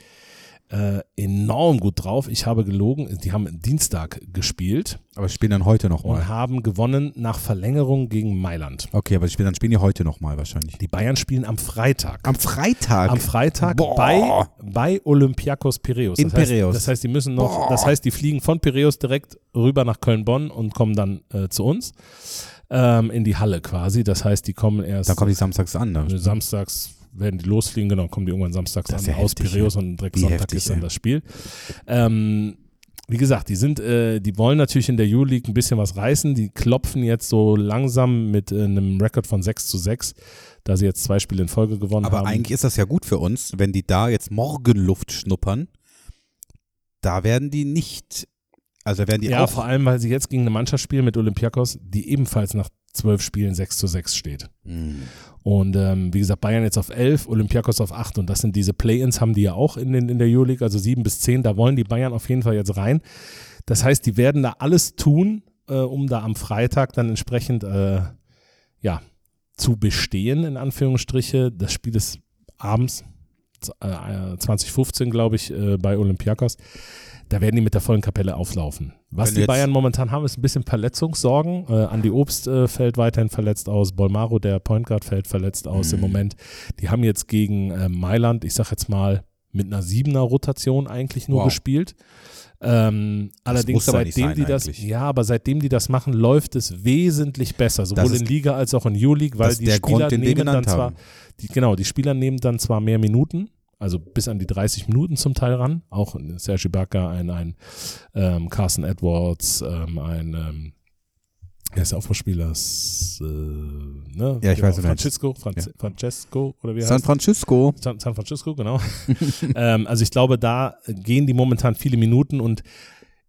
Speaker 1: äh, enorm gut drauf. Ich habe gelogen, die haben Dienstag gespielt
Speaker 2: Aber spielen dann heute
Speaker 1: und
Speaker 2: nochmal.
Speaker 1: haben gewonnen nach Verlängerung gegen Mailand.
Speaker 2: Okay, aber die spielen, dann spielen die heute nochmal wahrscheinlich.
Speaker 1: Die Bayern spielen am Freitag.
Speaker 2: Am Freitag.
Speaker 1: Am Freitag
Speaker 2: Boah.
Speaker 1: bei, bei Olympiakos Piräus.
Speaker 2: In
Speaker 1: das heißt,
Speaker 2: Piräus.
Speaker 1: Das heißt, die müssen noch,
Speaker 2: Boah.
Speaker 1: das heißt, die fliegen von Piräus direkt rüber nach Köln-Bonn und kommen dann äh, zu uns. Ähm, in die Halle quasi. Das heißt, die kommen erst
Speaker 2: dann kommen die samstags an. Ne?
Speaker 1: samstags werden die losfliegen, genau, kommen die irgendwann samstags
Speaker 2: Das
Speaker 1: an
Speaker 2: ist ja
Speaker 1: aus
Speaker 2: heftig,
Speaker 1: Piräus und direkt
Speaker 2: Wie
Speaker 1: Sonntag
Speaker 2: heftig,
Speaker 1: ist dann
Speaker 2: ey.
Speaker 1: das Spiel. Ähm, wie gesagt, die sind, äh, die wollen natürlich in der U-League ein bisschen was reißen. Die klopfen jetzt so langsam mit äh, einem Rekord von 6 zu 6, da sie jetzt zwei Spiele in Folge gewonnen
Speaker 2: Aber
Speaker 1: haben.
Speaker 2: eigentlich ist das ja gut für uns, wenn die da jetzt Morgenluft schnuppern. Da werden die nicht, also werden die
Speaker 1: ja,
Speaker 2: auch
Speaker 1: vor allem, weil sie jetzt gegen eine Mannschaft spielen mit Olympiakos, die ebenfalls nach zwölf Spielen 6 zu 6 steht.
Speaker 2: Hm.
Speaker 1: Und ähm, wie gesagt, Bayern jetzt auf 11, Olympiakos auf 8 und das sind diese Play-Ins, haben die ja auch in, den, in der Euroleague, also 7 bis 10, da wollen die Bayern auf jeden Fall jetzt rein. Das heißt, die werden da alles tun, äh, um da am Freitag dann entsprechend äh, ja, zu bestehen, in Anführungsstriche. Das Spiel ist abends, z- äh, 2015 glaube ich, äh, bei Olympiakos. Da werden die mit der vollen Kapelle auflaufen. Was
Speaker 2: Wenn
Speaker 1: die
Speaker 2: jetzt-
Speaker 1: Bayern momentan haben, ist ein bisschen Verletzungssorgen. Äh, Andi Obst äh, fällt weiterhin verletzt aus. Bolmaro, der Point Guard, fällt verletzt aus im
Speaker 2: Mhm.
Speaker 1: Moment. Die haben jetzt gegen äh, Mailand, ich sag jetzt mal, mit einer siebener Rotation eigentlich nur
Speaker 2: Wow.
Speaker 1: gespielt. Ähm, allerdings
Speaker 2: muss aber nicht
Speaker 1: seitdem
Speaker 2: sein
Speaker 1: die das,
Speaker 2: eigentlich.
Speaker 1: ja, aber seitdem die das machen, läuft es wesentlich besser, sowohl
Speaker 2: ist-
Speaker 1: in Liga als auch in U-League, weil
Speaker 2: das ist
Speaker 1: die
Speaker 2: der
Speaker 1: Spieler
Speaker 2: Grund, den wir
Speaker 1: nehmen dann
Speaker 2: genannt
Speaker 1: zwar,
Speaker 2: haben.
Speaker 1: die, genau, die Spieler nehmen dann zwar mehr Minuten, also bis an die 30 Minuten zum Teil ran, auch ein Serge Ibaka, ein, ein ähm, Carson Edwards, ähm, ein ähm, wer ist der Aufbauspieler? S- Äh, ne?
Speaker 2: Ja, ich weiß, wer du meinst.
Speaker 1: Francisco, Franz Francesco oder wie er
Speaker 2: San Francisco.
Speaker 1: San, San Francisco, genau. ähm, also ich glaube, da gehen die momentan viele Minuten und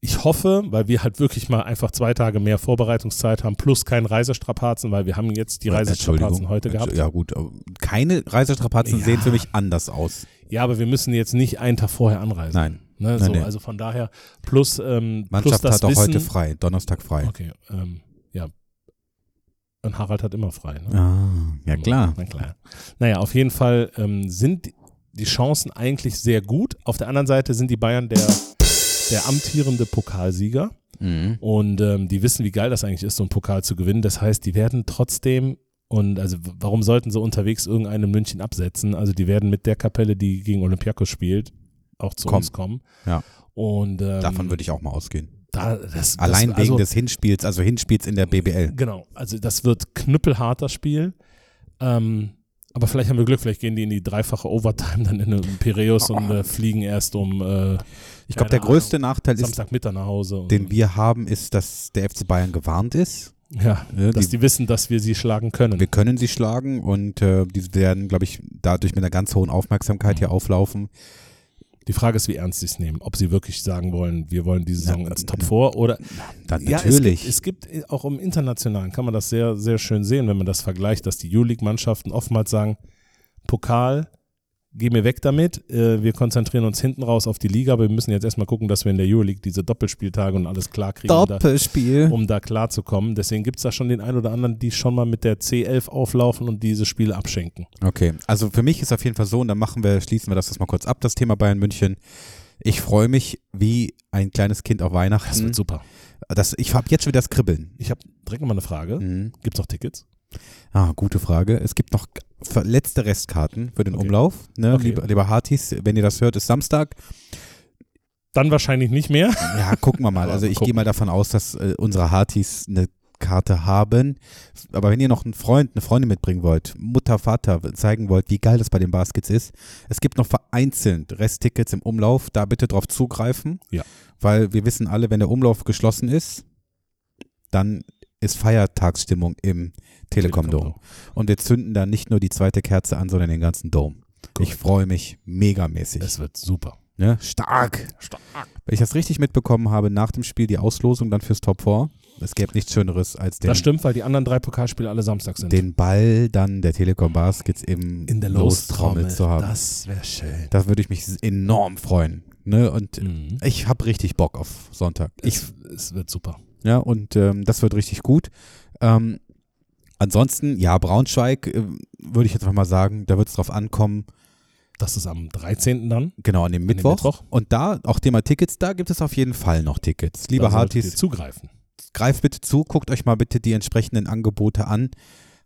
Speaker 1: ich hoffe, weil wir halt wirklich mal einfach zwei Tage mehr Vorbereitungszeit haben, plus keinen Reisestrapazen, weil wir haben jetzt
Speaker 2: Äh,
Speaker 1: die Reisestrapazen heute gehabt.
Speaker 2: Ja, gut. aber Keine Reisestrapazen
Speaker 1: Ja.
Speaker 2: sehen für mich anders aus.
Speaker 1: Ja, aber wir müssen jetzt nicht einen Tag vorher anreisen.
Speaker 2: Nein.
Speaker 1: Ne,
Speaker 2: Nein,
Speaker 1: so,
Speaker 2: nee.
Speaker 1: Also von daher, plus, ähm, plus
Speaker 2: Mannschaft
Speaker 1: das
Speaker 2: hat auch
Speaker 1: Wissen.
Speaker 2: heute frei, Donnerstag frei.
Speaker 1: Okay, ähm, ja. Und Harald hat immer frei. Ne?
Speaker 2: Ah, ja, klar.
Speaker 1: Na klar. Naja, auf jeden Fall ähm, sind die Chancen eigentlich sehr gut. Auf der anderen Seite sind die Bayern der, der amtierende Pokalsieger.
Speaker 2: Mhm.
Speaker 1: Und ähm, die wissen, wie geil das eigentlich ist, so einen Pokal zu gewinnen. Das heißt, die werden trotzdem, und also w- warum sollten sie unterwegs irgendeinen in München absetzen? Also die werden mit der Kapelle, die gegen Olympiakos spielt, auch zu
Speaker 2: Kommen.
Speaker 1: uns kommen.
Speaker 2: Ja.
Speaker 1: Und ähm,
Speaker 2: Davon würde ich auch mal ausgehen.
Speaker 1: da, das, das,
Speaker 2: Allein wegen
Speaker 1: also,
Speaker 2: des Hinspiels, also Hinspiels in der BBL.
Speaker 1: Genau, also das wird knüppelhart, das Spiel. Ähm, aber vielleicht haben wir Glück, vielleicht gehen die in die dreifache Overtime dann in in Piräus und äh, fliegen erst um äh,
Speaker 2: Ich
Speaker 1: Keine
Speaker 2: glaube, der größte
Speaker 1: Ahnung.
Speaker 2: Nachteil ist,
Speaker 1: Samstagmittag nach Hause. Und,
Speaker 2: den wir haben, ist, dass der FC Bayern gewarnt ist.
Speaker 1: ja,
Speaker 2: Ne,
Speaker 1: dass
Speaker 2: die-
Speaker 1: die wissen, dass wir sie schlagen können.
Speaker 2: Wir können sie schlagen und äh, die werden, glaube ich, dadurch mit einer ganz hohen Aufmerksamkeit
Speaker 1: Mhm.
Speaker 2: hier auflaufen.
Speaker 1: Die Frage ist, wie ernst sie es nehmen. Ob sie wirklich sagen wollen, wir wollen die Saison
Speaker 2: Na,
Speaker 1: ins Top 4 oder.
Speaker 2: Dann
Speaker 1: Ja,
Speaker 2: natürlich.
Speaker 1: Es gibt, es gibt auch im Internationalen, kann man das sehr, sehr schön sehen, wenn man das vergleicht, dass die U-League-Mannschaften oftmals sagen: Pokal, geh mir weg damit, äh, wir konzentrieren uns hinten raus auf die Liga, aber wir müssen jetzt erstmal gucken, dass wir in der U-League diese Doppelspieltage und alles klar kriegen. um da-
Speaker 2: Doppelspiel.
Speaker 1: um da klar zu kommen. Deswegen gibt es da schon den einen oder anderen, die schon mal mit der C11 auflaufen und diese Spiele abschenken.
Speaker 2: Okay, also für mich ist auf jeden Fall so, und dann machen wir, schließen wir das jetzt mal kurz ab, das Thema Bayern München. Ich freue mich wie ein kleines Kind auf Weihnachten.
Speaker 1: Das wird super.
Speaker 2: Das, ich habe jetzt schon wieder das Kribbeln.
Speaker 1: Ich habe direkt nochmal eine Frage.
Speaker 2: Mhm.
Speaker 1: Gibt es noch Tickets?
Speaker 2: Ah, gute Frage. Es gibt noch ver- letzte Restkarten für den
Speaker 1: Okay.
Speaker 2: Umlauf. Ne?
Speaker 1: Okay.
Speaker 2: Lieber, lieber Hartis, wenn ihr das hört, ist Samstag.
Speaker 1: Dann wahrscheinlich nicht mehr.
Speaker 2: Ja, gucken wir mal.
Speaker 1: Aber
Speaker 2: Also ich
Speaker 1: gucken.
Speaker 2: gehe mal davon aus, dass äh, unsere Hartis eine Karte haben. Aber wenn ihr noch einen Freund, eine Freundin mitbringen wollt, Mutter, Vater, zeigen wollt, wie geil das bei den Baskets ist, es gibt noch vereinzelt Resttickets im Umlauf, da bitte drauf zugreifen.
Speaker 1: Ja.
Speaker 2: Weil wir wissen alle, wenn der Umlauf geschlossen ist, dann ist Feiertagsstimmung im Telekom-Dom. Und wir zünden dann nicht nur die zweite Kerze an, sondern den ganzen Dom. Ich
Speaker 1: Korrekt.
Speaker 2: freue mich megamäßig.
Speaker 1: Es wird super.
Speaker 2: Ne? Stark. Wenn ich das richtig mitbekommen habe, nach dem Spiel die Auslosung dann fürs Top 4. Es gäbe nichts Schöneres als den,
Speaker 1: das stimmt, weil die anderen drei Pokalspiele alle Samstag sind.
Speaker 2: den Ball dann der Telekom Baskets im Lostrommel zu haben.
Speaker 1: Das wäre schön.
Speaker 2: Da würde ich mich enorm freuen. Ne? Und
Speaker 1: Mhm.
Speaker 2: ich habe richtig Bock auf Sonntag. Ich,
Speaker 1: es, es wird super.
Speaker 2: ja, und ähm, das wird richtig gut. Ähm, ansonsten, ja, Braunschweig äh, würde ich jetzt einfach mal sagen, da wird es drauf ankommen.
Speaker 1: Das ist am 13. dann.
Speaker 2: Genau, an dem
Speaker 1: dem
Speaker 2: Mittwoch.
Speaker 1: Mittwoch.
Speaker 2: Und da, auch Thema Tickets, da gibt es auf jeden Fall noch Tickets. Liebe
Speaker 1: Da solltet ihr
Speaker 2: Hartis,
Speaker 1: Zugreifen.
Speaker 2: greift bitte zu, guckt euch mal bitte die entsprechenden Angebote an.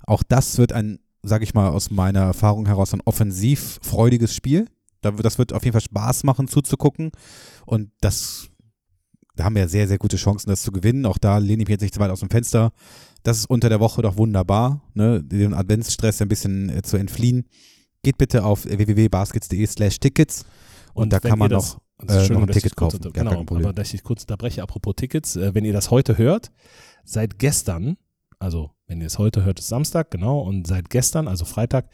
Speaker 2: Auch das wird ein, sage ich mal, aus meiner Erfahrung heraus ein offensiv freudiges Spiel. Da wird- Das wird auf jeden Fall Spaß machen zuzugucken. Und das, da haben wir sehr, sehr gute Chancen, das zu gewinnen. Auch da lehne ich mich jetzt nicht zu weit aus dem Fenster. Das ist unter der Woche doch wunderbar, ne? den Adventsstress ein bisschen äh, zu entfliehen. Geht bitte auf www.baskets.de slash Tickets und, da
Speaker 1: wenn
Speaker 2: kann
Speaker 1: ihr
Speaker 2: man
Speaker 1: das
Speaker 2: noch
Speaker 1: Das ist
Speaker 2: äh,
Speaker 1: schön,
Speaker 2: noch ein
Speaker 1: dass ich
Speaker 2: Ticket
Speaker 1: kurz
Speaker 2: kaufen.
Speaker 1: unter-
Speaker 2: Gar kein
Speaker 1: Genau,
Speaker 2: Problem.
Speaker 1: aber dass ich kurz unterbreche, apropos Tickets, äh, wenn ihr das heute hört, seit gestern, also wenn ihr es heute hört, ist Samstag, genau, und seit gestern, also Freitag,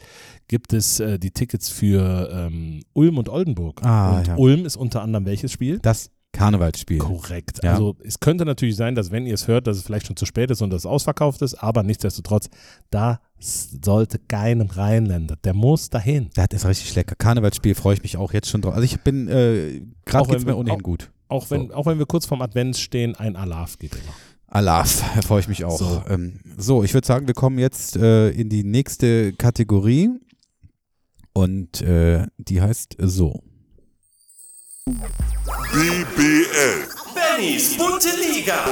Speaker 1: gibt es äh, die Tickets für ähm, Ulm und Oldenburg.
Speaker 2: Ah,
Speaker 1: und
Speaker 2: ja.
Speaker 1: Ulm ist unter anderem welches Spiel?
Speaker 2: Das Karnevalsspiel.
Speaker 1: Korrekt.
Speaker 2: Ja.
Speaker 1: Also es könnte natürlich sein, dass wenn ihr es hört, dass es vielleicht schon zu spät ist und das ausverkauft ist, aber nichtsdestotrotz, da s- sollte kein Rheinländer, der muss dahin.
Speaker 2: Das ist richtig lecker. Karnevalsspiel freue ich mich auch jetzt schon drauf. Also ich bin, äh,
Speaker 1: Auch
Speaker 2: gerade
Speaker 1: wenn
Speaker 2: geht's mir
Speaker 1: wir-
Speaker 2: ohnehin
Speaker 1: auch-
Speaker 2: gut.
Speaker 1: Auch wenn, auch wenn wir kurz vorm Advent stehen, ein Alarv geht immer.
Speaker 2: Alaf, freue ich mich auch.
Speaker 1: So.
Speaker 2: So, ähm, so ich würde sagen, wir kommen jetzt äh, in die nächste Kategorie. Und äh, die heißt so.
Speaker 6: BBL.
Speaker 7: Bennys bunte Liga.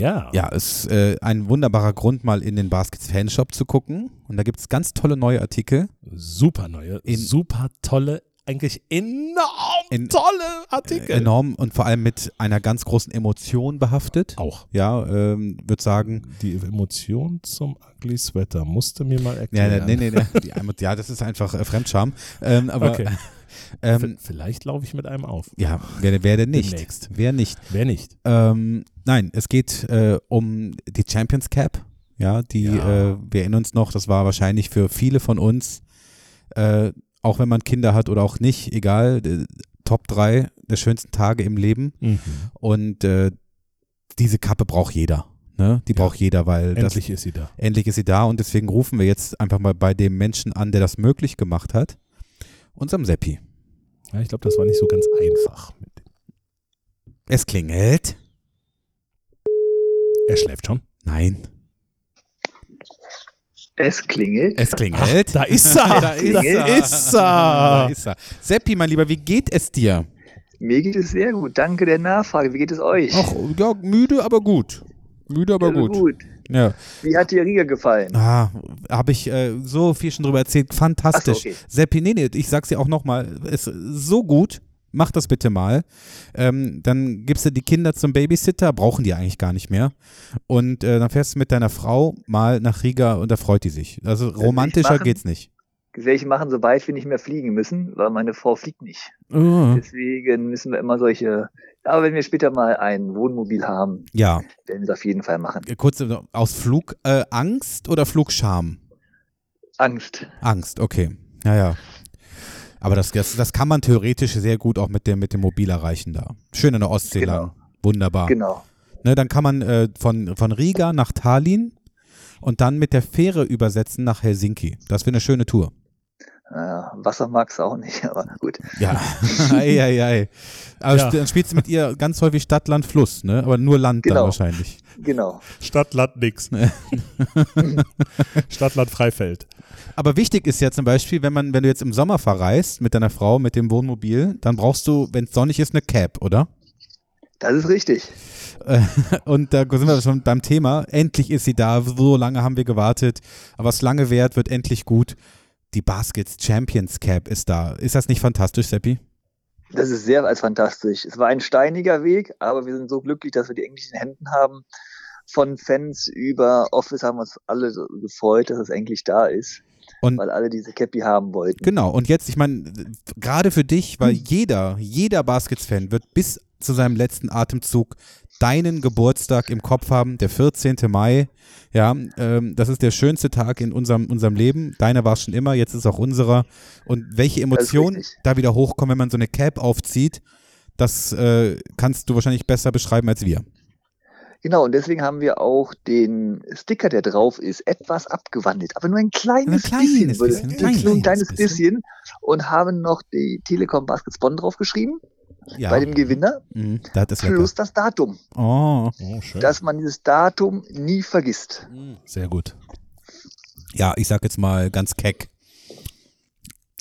Speaker 1: Ja.
Speaker 2: Ja, es ist äh, ein wunderbarer Grund, mal in den Baskets Fanshop zu gucken. Und da gibt es ganz tolle neue Artikel.
Speaker 1: Super neue,
Speaker 2: In-
Speaker 1: super tolle, eigentlich enorm
Speaker 2: In-
Speaker 1: tolle
Speaker 2: Äh,
Speaker 1: Artikel.
Speaker 2: enorm und vor allem mit einer ganz großen Emotion behaftet.
Speaker 1: Auch.
Speaker 2: Ja, ähm, würde sagen,
Speaker 1: Die Emotion zum Ugly Sweater musste mir mal
Speaker 2: Ja,
Speaker 1: erklären.
Speaker 2: ja. Nee, nee, nee. Die Einmal- Ja, das ist einfach äh, Fremdscham. Ähm, aber
Speaker 1: Okay. V-
Speaker 2: ähm,
Speaker 1: Vielleicht laufe ich mit einem auf.
Speaker 2: ja, wer, wer denn nicht?
Speaker 1: Demnächst.
Speaker 2: Wer nicht?
Speaker 1: Wer nicht?
Speaker 2: Ähm, nein, es geht äh, um die Champions Cup. Ja, die,
Speaker 1: Ja.
Speaker 2: Äh, wir erinnern uns noch, das war wahrscheinlich für viele von uns, äh, auch wenn man Kinder hat oder auch nicht, egal, äh, Top 3 der schönsten Tage im Leben.
Speaker 1: Mhm.
Speaker 2: Und äh, diese Kappe braucht jeder. Ne? Die
Speaker 1: Ja.
Speaker 2: braucht jeder, weil das
Speaker 1: Endlich ist sie da.
Speaker 2: Endlich ist sie da und deswegen rufen wir jetzt einfach mal bei dem Menschen an, der das möglich gemacht hat. Unserem Seppi.
Speaker 1: Ja, ich glaube, das war nicht so ganz einfach. mit dem-
Speaker 2: Es klingelt.
Speaker 1: Er schläft schon.
Speaker 2: Nein.
Speaker 3: Es klingelt.
Speaker 2: Es klingelt.
Speaker 1: da ist er.
Speaker 2: da ist
Speaker 1: Da
Speaker 2: er.
Speaker 1: ist er.
Speaker 2: Da ist er. Seppi, mein Lieber, wie geht es dir?
Speaker 8: Mir geht es sehr gut. Danke der Nachfrage. Wie geht es euch?
Speaker 2: Ach, ja, müde, aber gut. Müde, aber
Speaker 8: Sehr
Speaker 2: gut. Ja.
Speaker 8: Wie hat dir Riga gefallen?
Speaker 2: Ah, habe ich äh, so viel schon drüber erzählt. Fantastisch.
Speaker 8: Ach so, okay.
Speaker 2: Seppi, nee, nee, ich sag's dir auch nochmal. Ist so gut. Mach das bitte mal. Ähm, dann gibst du die Kinder zum Babysitter, brauchen die eigentlich gar nicht mehr. Und äh, dann fährst du mit deiner Frau mal nach Riga und da freut die sich. Also romantischer
Speaker 8: machen?
Speaker 2: geht's nicht.
Speaker 8: Welche machen so weit wir nicht mehr fliegen müssen, weil meine Frau fliegt nicht.
Speaker 2: Hm.
Speaker 8: Deswegen müssen wir immer solche. Aber wenn wir später mal ein Wohnmobil haben,
Speaker 2: Ja,
Speaker 8: werden wir es auf jeden Fall machen.
Speaker 2: kurz aus Flugangst äh, Angst oder Flugscham?
Speaker 8: Angst.
Speaker 2: Angst, okay. Ja, ja. Aber das, das, das kann man theoretisch sehr gut auch mit dem, mit dem Mobil erreichen da. Schön in der Ostsee
Speaker 8: Genau.
Speaker 2: lang. Wunderbar.
Speaker 8: Genau.
Speaker 2: Ne, dann kann man äh, von, von Riga nach Tallinn und dann mit der Fähre übersetzen nach Helsinki. Das wäre eine schöne Tour.
Speaker 8: Naja, Äh, Wasser magst du auch nicht, aber gut.
Speaker 2: Ja. ei, ei, ei. Aber
Speaker 1: Ja.
Speaker 2: sp- dann spielst du mit ihr ganz häufig Stadt, Land, Fluss, ne? Aber nur Land dann
Speaker 8: Genau.
Speaker 2: wahrscheinlich.
Speaker 8: Genau.
Speaker 1: Stadt, Land, nix. Stadt, Land, Freifeld.
Speaker 2: Aber wichtig ist ja zum Beispiel, wenn man, wenn du jetzt im Sommer verreist mit deiner Frau, mit dem Wohnmobil, dann brauchst du, wenn es sonnig ist, eine Cab, oder?
Speaker 8: Das ist richtig.
Speaker 2: Und da sind wir schon beim Thema. Endlich ist sie da. So lange haben wir gewartet. Aber was lange währt, wird endlich gut. Die Baskets Champions Cap ist da. Ist das nicht fantastisch, Seppi?
Speaker 8: Das ist sehr als fantastisch. Es war ein steiniger Weg, aber wir sind so glücklich, dass wir die englischen Händen haben. Von Fans über Office haben wir uns alle so gefreut, dass es endlich da ist,
Speaker 2: Und
Speaker 8: weil alle diese Cappy haben wollten.
Speaker 2: genau. Und jetzt, ich meine, gerade für dich, weil
Speaker 8: Hm.
Speaker 2: jeder, jeder Baskets-Fan wird bis zu seinem letzten Atemzug deinen Geburtstag im Kopf haben, der 14. Mai. Ja, ähm, das ist der schönste Tag in unserem, unserem Leben. Deiner war es schon immer, jetzt ist auch unserer. Und welche
Speaker 8: Das ist
Speaker 2: Emotionen
Speaker 8: richtig.
Speaker 2: da wieder hochkommen, wenn man so eine Cap aufzieht, das äh, kannst du wahrscheinlich besser beschreiben als wir.
Speaker 8: Genau, und deswegen haben wir auch den Sticker, der drauf ist, etwas abgewandelt. Aber nur ein kleines,
Speaker 2: kleines
Speaker 8: bisschen.
Speaker 2: bisschen, ein
Speaker 8: Nur
Speaker 2: kleines,
Speaker 8: ein kleines
Speaker 2: kleines
Speaker 8: bisschen. Und haben noch die Telekom Baskets Bonn draufgeschrieben,
Speaker 2: Ja,
Speaker 8: bei dem Gewinner,
Speaker 2: mhm, das ist lecker.
Speaker 8: plus das Datum,
Speaker 2: Oh.
Speaker 1: Oh, schön.
Speaker 8: dass man dieses Datum nie vergisst.
Speaker 1: Sehr gut.
Speaker 2: Ja, ich sag jetzt mal ganz keck.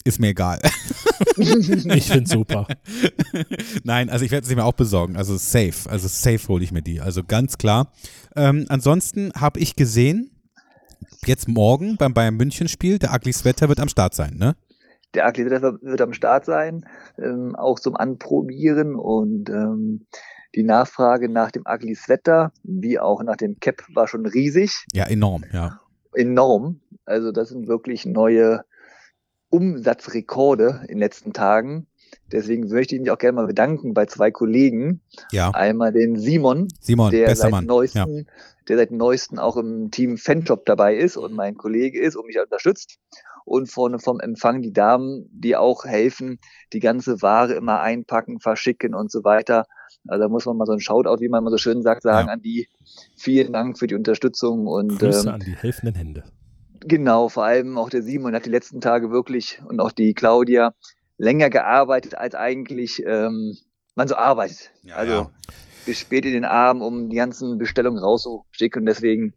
Speaker 2: Ist mir egal.
Speaker 1: Ich finde super.
Speaker 2: Nein, also ich werde sie mir auch besorgen. Also safe. Also safe hole ich mir die. Also ganz klar. Ähm, ansonsten habe ich gesehen, jetzt morgen beim Bayern München Spiel, der Ugly Sweater wird am Start sein, ne?
Speaker 8: Der Athlete wird am Start sein, ähm, auch zum Anprobieren und ähm, die Nachfrage nach dem Ugly Sweater, wie auch nach dem Cap, war schon riesig,
Speaker 2: Ja, enorm, ja.
Speaker 8: enorm. Also das sind wirklich neue Umsatzrekorde in den letzten Tagen. Deswegen möchte ich mich auch gerne mal bedanken bei zwei Kollegen.
Speaker 2: Ja,
Speaker 8: Einmal den Simon,
Speaker 2: Simon,
Speaker 8: der
Speaker 2: bester
Speaker 8: seit
Speaker 2: Mann. Ja.
Speaker 8: neuesten, der seit neuesten auch im Team Fanjob dabei ist und mein Kollege ist und mich halt unterstützt. Und von, vom Empfang die Damen, die auch helfen, die ganze Ware immer einpacken, verschicken und so weiter. Also da muss man mal so ein Shoutout, wie man immer so schön sagt, sagen an die. Vielen Dank für die Unterstützung und
Speaker 1: Grüße
Speaker 8: ähm,
Speaker 1: an die helfenden Hände.
Speaker 8: Genau, vor allem auch der Simon hat die letzten Tage wirklich und auch die Claudia länger gearbeitet, als eigentlich ähm, man so arbeitet.
Speaker 2: Ja,
Speaker 8: also
Speaker 2: ja.
Speaker 8: bis spät in den Abend, um die ganzen Bestellungen rauszuschicken. Und deswegen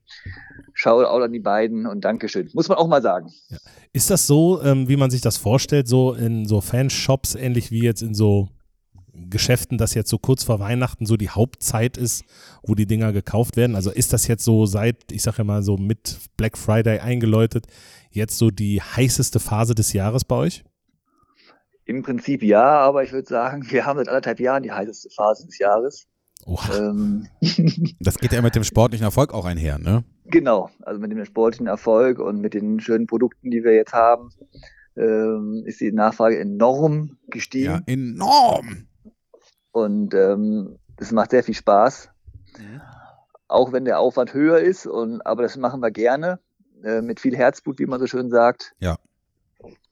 Speaker 8: Shoutout an die beiden und Dankeschön. Muss man auch mal sagen.
Speaker 1: Ist das so, ähm, wie man sich das vorstellt, so in so Fanshops, ähnlich wie jetzt in so Geschäften, dass jetzt so kurz vor Weihnachten so die Hauptzeit ist, wo die Dinger gekauft werden? Also ist das jetzt so seit, ich sag ja mal so mit Black Friday eingeläutet, jetzt so die heißeste Phase des Jahres bei euch?
Speaker 8: Im Prinzip ja, aber ich würde sagen, wir haben seit anderthalb Jahren die heißeste Phase des Jahres.
Speaker 1: Oha.
Speaker 8: Ähm,
Speaker 2: Das geht ja mit dem sportlichen Erfolg auch einher, ne?
Speaker 8: Genau, also mit dem sportlichen Erfolg und mit den schönen Produkten, die wir jetzt haben, ähm, ist die Nachfrage enorm gestiegen
Speaker 2: Ja, enorm.
Speaker 8: und ähm, es macht sehr viel Spaß. Auch wenn der Aufwand höher ist, und, aber das machen wir gerne. Äh, mit viel Herzblut, wie man so schön sagt.
Speaker 2: Ja.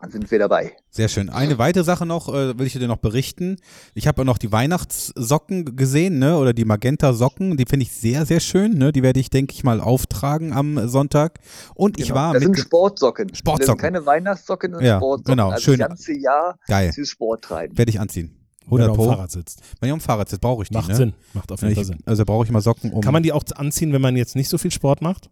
Speaker 8: Dann sind wir dabei.
Speaker 2: Sehr schön. Eine weitere Sache noch, äh, will ich dir noch berichten. Ich habe auch noch die Weihnachtssocken gesehen, ne? Oder die Magenta-Socken. Die finde ich sehr, sehr schön, ne? Die werde ich, denke ich mal, auftragen am Sonntag. Und ich
Speaker 8: Genau.
Speaker 2: war
Speaker 8: das sind
Speaker 2: mit.
Speaker 8: Sportsocken. Das sind
Speaker 2: Sportsocken.
Speaker 8: keine Weihnachtssocken, das sind
Speaker 2: Ja,
Speaker 8: Sportsocken.
Speaker 2: genau,
Speaker 8: Also
Speaker 2: schön.
Speaker 8: das ganze Jahr
Speaker 2: Geil.
Speaker 8: dieses Sport treiben.
Speaker 2: Werde ich anziehen.
Speaker 1: Wenn
Speaker 2: 100
Speaker 1: du auf dem
Speaker 2: Pro.
Speaker 1: Fahrrad sitzt.
Speaker 2: Wenn ich auf dem Fahrrad sitze, brauche ich die,
Speaker 1: Macht
Speaker 2: ne?
Speaker 1: Sinn. Macht auf jeden Fall
Speaker 2: Ich,
Speaker 1: Sinn.
Speaker 2: also brauche ich immer Socken um.
Speaker 1: Kann man die auch anziehen, wenn man jetzt nicht so viel Sport macht?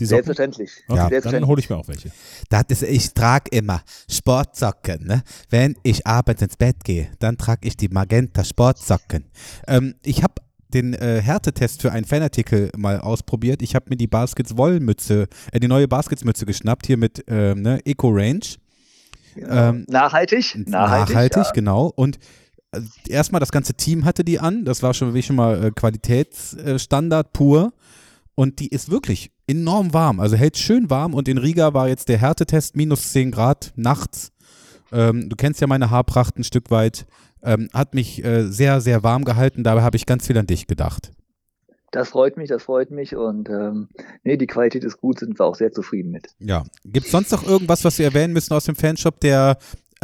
Speaker 1: Die Socken?
Speaker 8: Selbstverständlich.
Speaker 1: Okay,
Speaker 2: Ja.
Speaker 1: dann
Speaker 8: Selbstverständlich.
Speaker 1: hole ich mir auch welche.
Speaker 2: das ist, ich trage immer Sportsocken. Ne? Wenn ich abends ins Bett gehe, dann trage ich die Magenta Sportsocken. Ähm, ich habe den äh, Härtetest für einen Fanartikel mal ausprobiert. Ich habe mir die Baskets Wollmütze, äh, die neue Baskets Mütze geschnappt, hier mit ähm, ne, Eco Range. Ähm,
Speaker 8: Genau. nachhaltig. Nachhaltig. ja.
Speaker 2: genau. Und äh, erstmal das ganze Team hatte die an. Das war schon, wie schon mal äh, Qualitätsstandard äh, Standard pur. Und die ist wirklich enorm warm. Also hält schön warm. Und in Riga war jetzt der Härtetest minus 10 Grad nachts. Ähm, du kennst ja meine Haarpracht ein Stück weit. Ähm, hat mich äh, sehr, sehr warm gehalten. Dabei habe ich ganz viel an dich gedacht.
Speaker 8: Das freut mich, das freut mich und ähm, nee, die Qualität ist gut, sind wir auch sehr zufrieden mit.
Speaker 2: Ja. Gibt es sonst noch irgendwas, was wir erwähnen müssen aus dem Fanshop? Der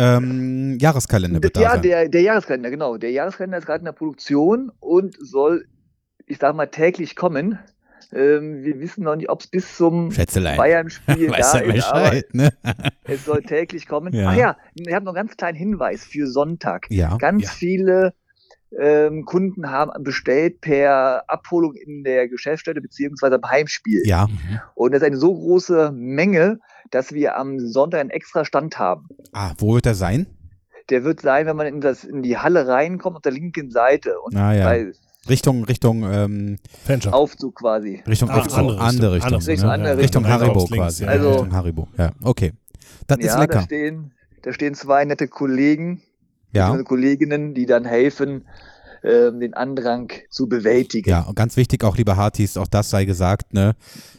Speaker 2: ähm, Jahreskalender wird da
Speaker 8: ja,
Speaker 2: sein.
Speaker 8: der, der Jahreskalender, genau. Der Jahreskalender ist gerade in der Produktion und soll, ich sag mal, täglich kommen. Ähm, wir wissen noch nicht, ob es bis zum
Speaker 2: Schätzelein.
Speaker 8: Bayern-Spiel
Speaker 2: Weiß
Speaker 8: da
Speaker 2: ja
Speaker 8: ist, aber
Speaker 2: Bescheid, ne?
Speaker 8: es soll täglich kommen.
Speaker 2: Ja.
Speaker 8: Ach ja, ich habe noch einen ganz kleinen Hinweis für Sonntag.
Speaker 2: Ja.
Speaker 8: Ganz
Speaker 1: Ja.
Speaker 8: viele ähm, Kunden haben bestellt per Abholung in der Geschäftsstelle beziehungsweise am Heimspiel.
Speaker 2: Ja.
Speaker 8: Und das ist eine so große Menge, dass wir am Sonntag einen extra Stand haben.
Speaker 2: Ah, wo wird er sein?
Speaker 8: Der wird sein, wenn man in, das, in die Halle reinkommt, auf der linken Seite und
Speaker 2: Ah, ja.
Speaker 8: bei
Speaker 2: Richtung, Richtung, ähm,
Speaker 1: Fanshop.
Speaker 8: Aufzug quasi.
Speaker 2: Richtung
Speaker 1: Ah,
Speaker 2: Aufzug. andere, Richtung.
Speaker 1: andere
Speaker 8: Richtung,
Speaker 1: ne?
Speaker 8: andere
Speaker 1: Ja.
Speaker 2: Richtung
Speaker 1: Rein
Speaker 2: Haribo
Speaker 1: raus, links,
Speaker 2: quasi. ne?
Speaker 1: ja.
Speaker 8: Also-
Speaker 2: Richtung Haribo. Ja, okay. Das ist
Speaker 8: ja, da
Speaker 2: lecker.
Speaker 8: stehen, da stehen zwei nette Kollegen,
Speaker 2: Ja.
Speaker 8: beziehungsweise Kolleginnen, die dann helfen, ähm, den Andrang zu bewältigen.
Speaker 2: Ja, und ganz wichtig auch, liebe Hartis, auch das sei gesagt, ne?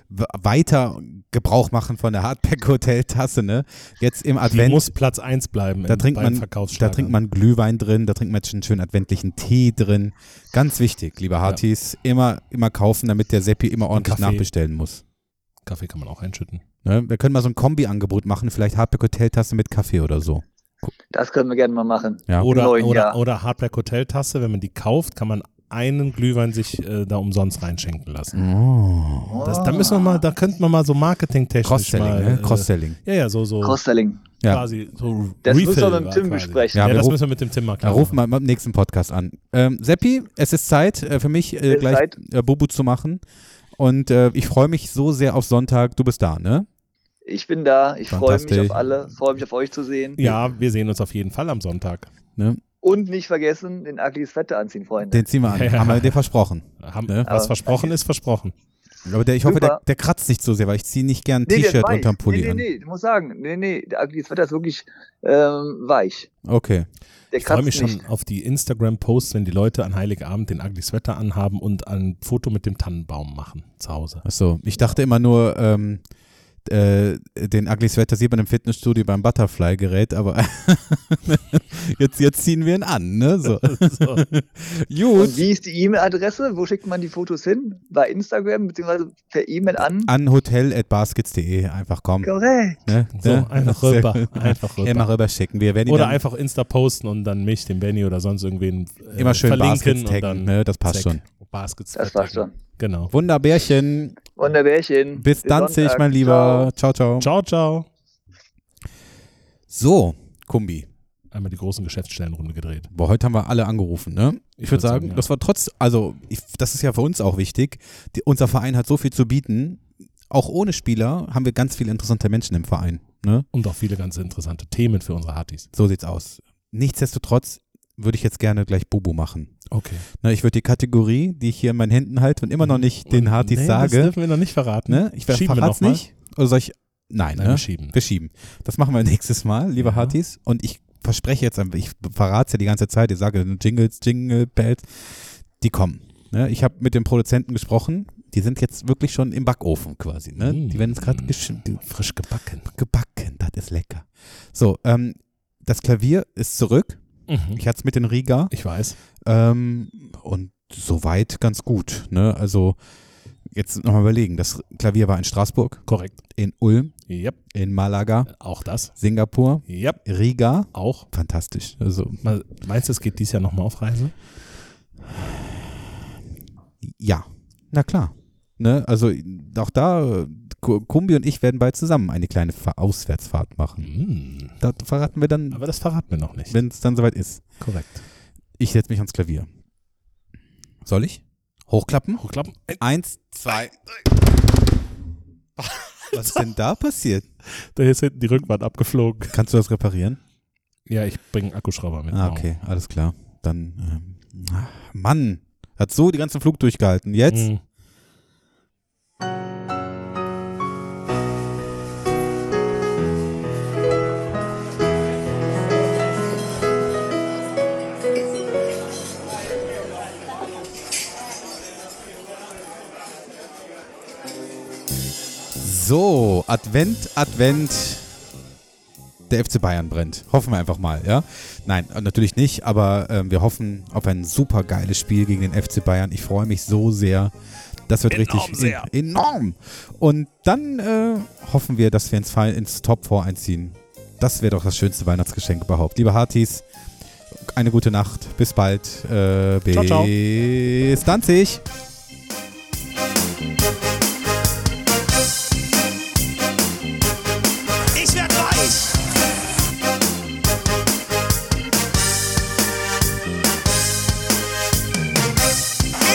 Speaker 2: W- Weiter Gebrauch machen von der Hardback-Hotel-Tasse, ne? Jetzt im
Speaker 1: Die
Speaker 2: Advent,
Speaker 1: muss Platz 1 bleiben
Speaker 2: da
Speaker 1: im-
Speaker 2: trinkt,
Speaker 1: beim
Speaker 2: man, da
Speaker 1: Verkaufsschlager.
Speaker 2: trinkt man Glühwein drin, da trinkt man jetzt einen schönen adventlichen Tee drin. Ganz wichtig, liebe Hartis, immer, immer kaufen, damit der Seppi immer ordentlich
Speaker 1: Kaffee.
Speaker 2: nachbestellen muss.
Speaker 1: Kaffee kann man auch einschütten.
Speaker 2: Ne? Wir können mal so ein Kombi-Angebot machen, vielleicht Hardback-Hotel-Tasse mit Kaffee oder so.
Speaker 8: Das können wir gerne mal machen.
Speaker 2: Ja.
Speaker 1: Oder,
Speaker 8: neuen
Speaker 1: oder,
Speaker 8: Jahr.
Speaker 1: oder Hardback Hotel Tasse, wenn man die kauft, kann man einen Glühwein sich äh, da umsonst reinschenken lassen.
Speaker 2: Oh.
Speaker 1: Das, da müssen wir mal, da könnten wir mal so marketingtechnisch
Speaker 2: Cross-Selling,
Speaker 1: mal,
Speaker 2: ne?
Speaker 1: äh,
Speaker 2: Cross-Selling.
Speaker 1: Ja, ja, so, so
Speaker 8: Cross-Selling.
Speaker 2: Ja.
Speaker 1: quasi so
Speaker 8: Das
Speaker 1: Refill
Speaker 8: müssen wir mit dem
Speaker 1: war
Speaker 8: Tim
Speaker 1: quasi.
Speaker 8: besprechen. ne?
Speaker 1: Ja,
Speaker 2: Ja, wir
Speaker 1: das
Speaker 2: rufen-
Speaker 1: müssen wir mit dem Tim mal
Speaker 2: Da
Speaker 1: klären.
Speaker 2: rufen wir beim nächsten Podcast an. Ähm, Seppi, es ist Zeit äh, für mich, äh,
Speaker 8: ist
Speaker 2: gleich
Speaker 8: Zeit.
Speaker 2: äh, Bubu zu machen. Und äh, ich freue mich so sehr auf Sonntag. Du bist da, ne?
Speaker 8: Ich bin da, ich freue mich
Speaker 2: Fantastisch.
Speaker 8: auf alle, freue mich auf euch zu sehen.
Speaker 1: Ja, wir sehen uns auf jeden Fall am Sonntag.
Speaker 2: ne?
Speaker 8: Und nicht vergessen, den Aglis Wette anziehen, Freunde.
Speaker 2: Den ziehen wir an.
Speaker 1: Ja.
Speaker 2: Haben wir dir versprochen.
Speaker 1: Haben,
Speaker 2: Ne?
Speaker 1: Was
Speaker 8: Aber-
Speaker 1: versprochen ist, versprochen.
Speaker 2: Aber der, ich hoffe,
Speaker 8: Super.
Speaker 2: der, der kratzt nicht so sehr, weil ich ziehe nicht gern ein
Speaker 8: der ist
Speaker 2: T-Shirt
Speaker 8: weich.
Speaker 2: unterm Pulli
Speaker 8: Nee, nee, nee, ich muss sagen, nee, nee, der Aglis Wetter ist wirklich ähm, weich.
Speaker 2: an. Okay.
Speaker 8: Der
Speaker 1: Ich freue
Speaker 8: kratzt
Speaker 1: mich
Speaker 8: nicht.
Speaker 1: schon auf die Instagram-Posts, wenn die Leute an Heiligabend den ugly Sweater anhaben und ein Foto mit dem Tannenbaum machen zu Hause.
Speaker 2: Achso. Ich dachte immer nur, ähm, äh, den Ugly Sweater sieht man im Fitnessstudio beim Butterfly-Gerät, aber jetzt, jetzt ziehen wir ihn an, ne? So.
Speaker 1: So.
Speaker 2: Gut.
Speaker 8: Und wie ist die E-Mail-Adresse? Wo schickt man die Fotos hin? Bei Instagram beziehungsweise per E-Mail an?
Speaker 2: An hotel.baskets.de einfach kommen.
Speaker 8: Korrekt.
Speaker 2: Ne?
Speaker 1: So,
Speaker 2: ne?
Speaker 1: einfach
Speaker 2: Sehr
Speaker 1: rüber,
Speaker 2: gut.
Speaker 1: einfach rüber.
Speaker 2: Immer rüber schicken. Wir werden ihn
Speaker 1: Oder
Speaker 2: dann
Speaker 1: einfach Insta posten und dann mich, den Benny oder sonst irgendwen äh,
Speaker 2: immer schön
Speaker 1: verlinken
Speaker 2: Baskets
Speaker 1: und
Speaker 2: taggen.
Speaker 1: dann
Speaker 2: Ne? Das passt
Speaker 1: zack,
Speaker 2: schon.
Speaker 1: Baskets
Speaker 8: Das war's
Speaker 1: taggen.
Speaker 8: schon.
Speaker 1: Genau.
Speaker 2: Wunderbärchen.
Speaker 8: Wunderbärchen.
Speaker 2: Bis dann,
Speaker 8: Sonntag.
Speaker 2: ich mein Lieber. Ciao, ciao.
Speaker 1: Ciao, ciao.
Speaker 2: So, Kumbi.
Speaker 1: Einmal die großen Geschäftsstellenrunde gedreht.
Speaker 2: Boah, heute haben wir alle angerufen, ne? Ich,
Speaker 1: Ich
Speaker 2: würde
Speaker 1: würd
Speaker 2: sagen,
Speaker 1: sagen, ja.
Speaker 2: das war trotz, also ich, das ist ja für uns auch wichtig. Die, unser Verein hat so viel zu bieten. Auch ohne Spieler haben wir ganz viele interessante Menschen im Verein. Ne?
Speaker 1: Und auch viele ganz interessante Themen für unsere Hartis.
Speaker 2: So sieht's aus. Nichtsdestotrotz würde ich jetzt gerne gleich Bubu machen.
Speaker 1: Okay.
Speaker 2: Ne, ich würde die Kategorie, die ich hier in meinen Händen halte und immer noch nicht den Hartis
Speaker 1: Mhm. Das
Speaker 2: sage,
Speaker 1: dürfen wir noch nicht verraten.
Speaker 2: ne? ich
Speaker 1: Schieben wir
Speaker 2: verrat's
Speaker 1: noch mal?
Speaker 2: nicht. Oder soll ich, nein,
Speaker 1: Nein,
Speaker 2: ne?
Speaker 1: wir schieben.
Speaker 2: Wir schieben. Das machen wir nächstes Mal, lieber
Speaker 1: Ja.
Speaker 2: Hartis. Und ich verspreche jetzt, einfach, ich verrate es ja die ganze Zeit, ich sage Jingles, Jingle Bells, die kommen. Ne? Ich habe mit dem Produzenten gesprochen, die sind jetzt wirklich schon im Backofen quasi. Ne?
Speaker 1: Mm.
Speaker 2: Die werden jetzt gerade gesch- die-
Speaker 1: Frisch gebacken.
Speaker 2: gebacken, das ist lecker. So, ähm, das Klavier ist zurück. Ich hatte es mit den Riga
Speaker 1: Mhm. Ich weiß.
Speaker 2: ähm, und soweit ganz gut. Ne? Also jetzt nochmal überlegen, das Klavier war in Straßburg,
Speaker 1: Korrekt.
Speaker 2: in Ulm,
Speaker 1: Yep.
Speaker 2: in Malaga,
Speaker 1: Auch das.
Speaker 2: Singapur,
Speaker 1: Yep.
Speaker 2: Riga,
Speaker 1: Auch.
Speaker 2: fantastisch. Also
Speaker 1: Mal- Meinst du, es geht dieses Jahr nochmal auf Reise?
Speaker 2: ja, na klar. Ne? Also auch da, äh, Ku- Kumbi und ich werden bald zusammen eine kleine Fa- Auswärtsfahrt machen.
Speaker 1: Mm.
Speaker 2: Das verraten wir dann,
Speaker 1: Aber das verraten wir noch nicht.
Speaker 2: wenn es dann soweit ist.
Speaker 1: Korrekt.
Speaker 2: Ich setze mich ans Klavier. Soll ich? Hochklappen?
Speaker 1: Hochklappen.
Speaker 2: Eins, zwei. Was ist denn da passiert?
Speaker 1: Da ist hinten die Rückwand abgeflogen.
Speaker 2: Kannst du das reparieren?
Speaker 1: Ja, ich bringe einen Akkuschrauber mit.
Speaker 2: Ah, okay, alles klar. Dann, ähm, ah, Mann, hat so den ganzen Flug durchgehalten. Jetzt?
Speaker 1: Mm.
Speaker 2: So, Advent, Advent. Der FC Bayern brennt. Hoffen wir einfach mal, ja? Nein, natürlich nicht, aber ähm, wir hoffen auf ein super geiles Spiel gegen den FC Bayern. Ich freue mich so sehr. Das wird
Speaker 1: Enorm
Speaker 2: richtig
Speaker 1: sehr.
Speaker 2: en- enorm. Und dann äh, hoffen wir, dass wir ins, Fi- ins Top 4 einziehen. Das wäre doch das schönste Weihnachtsgeschenk überhaupt. Liebe Hartis, eine gute Nacht. Bis bald. Äh, bis
Speaker 1: Ciao, ciao.
Speaker 2: Danzig.
Speaker 7: Ich werd reich!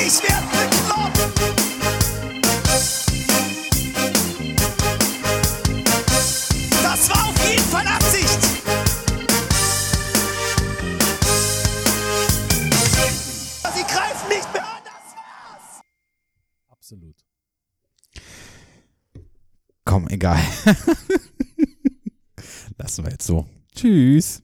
Speaker 7: Ich werd bekloppt! Das war auf jeden Fall Absicht! Sie greifen nicht mehr an! Das war's!
Speaker 1: Absolut.
Speaker 2: Komm, egal. Lassen wir jetzt so. Tschüss.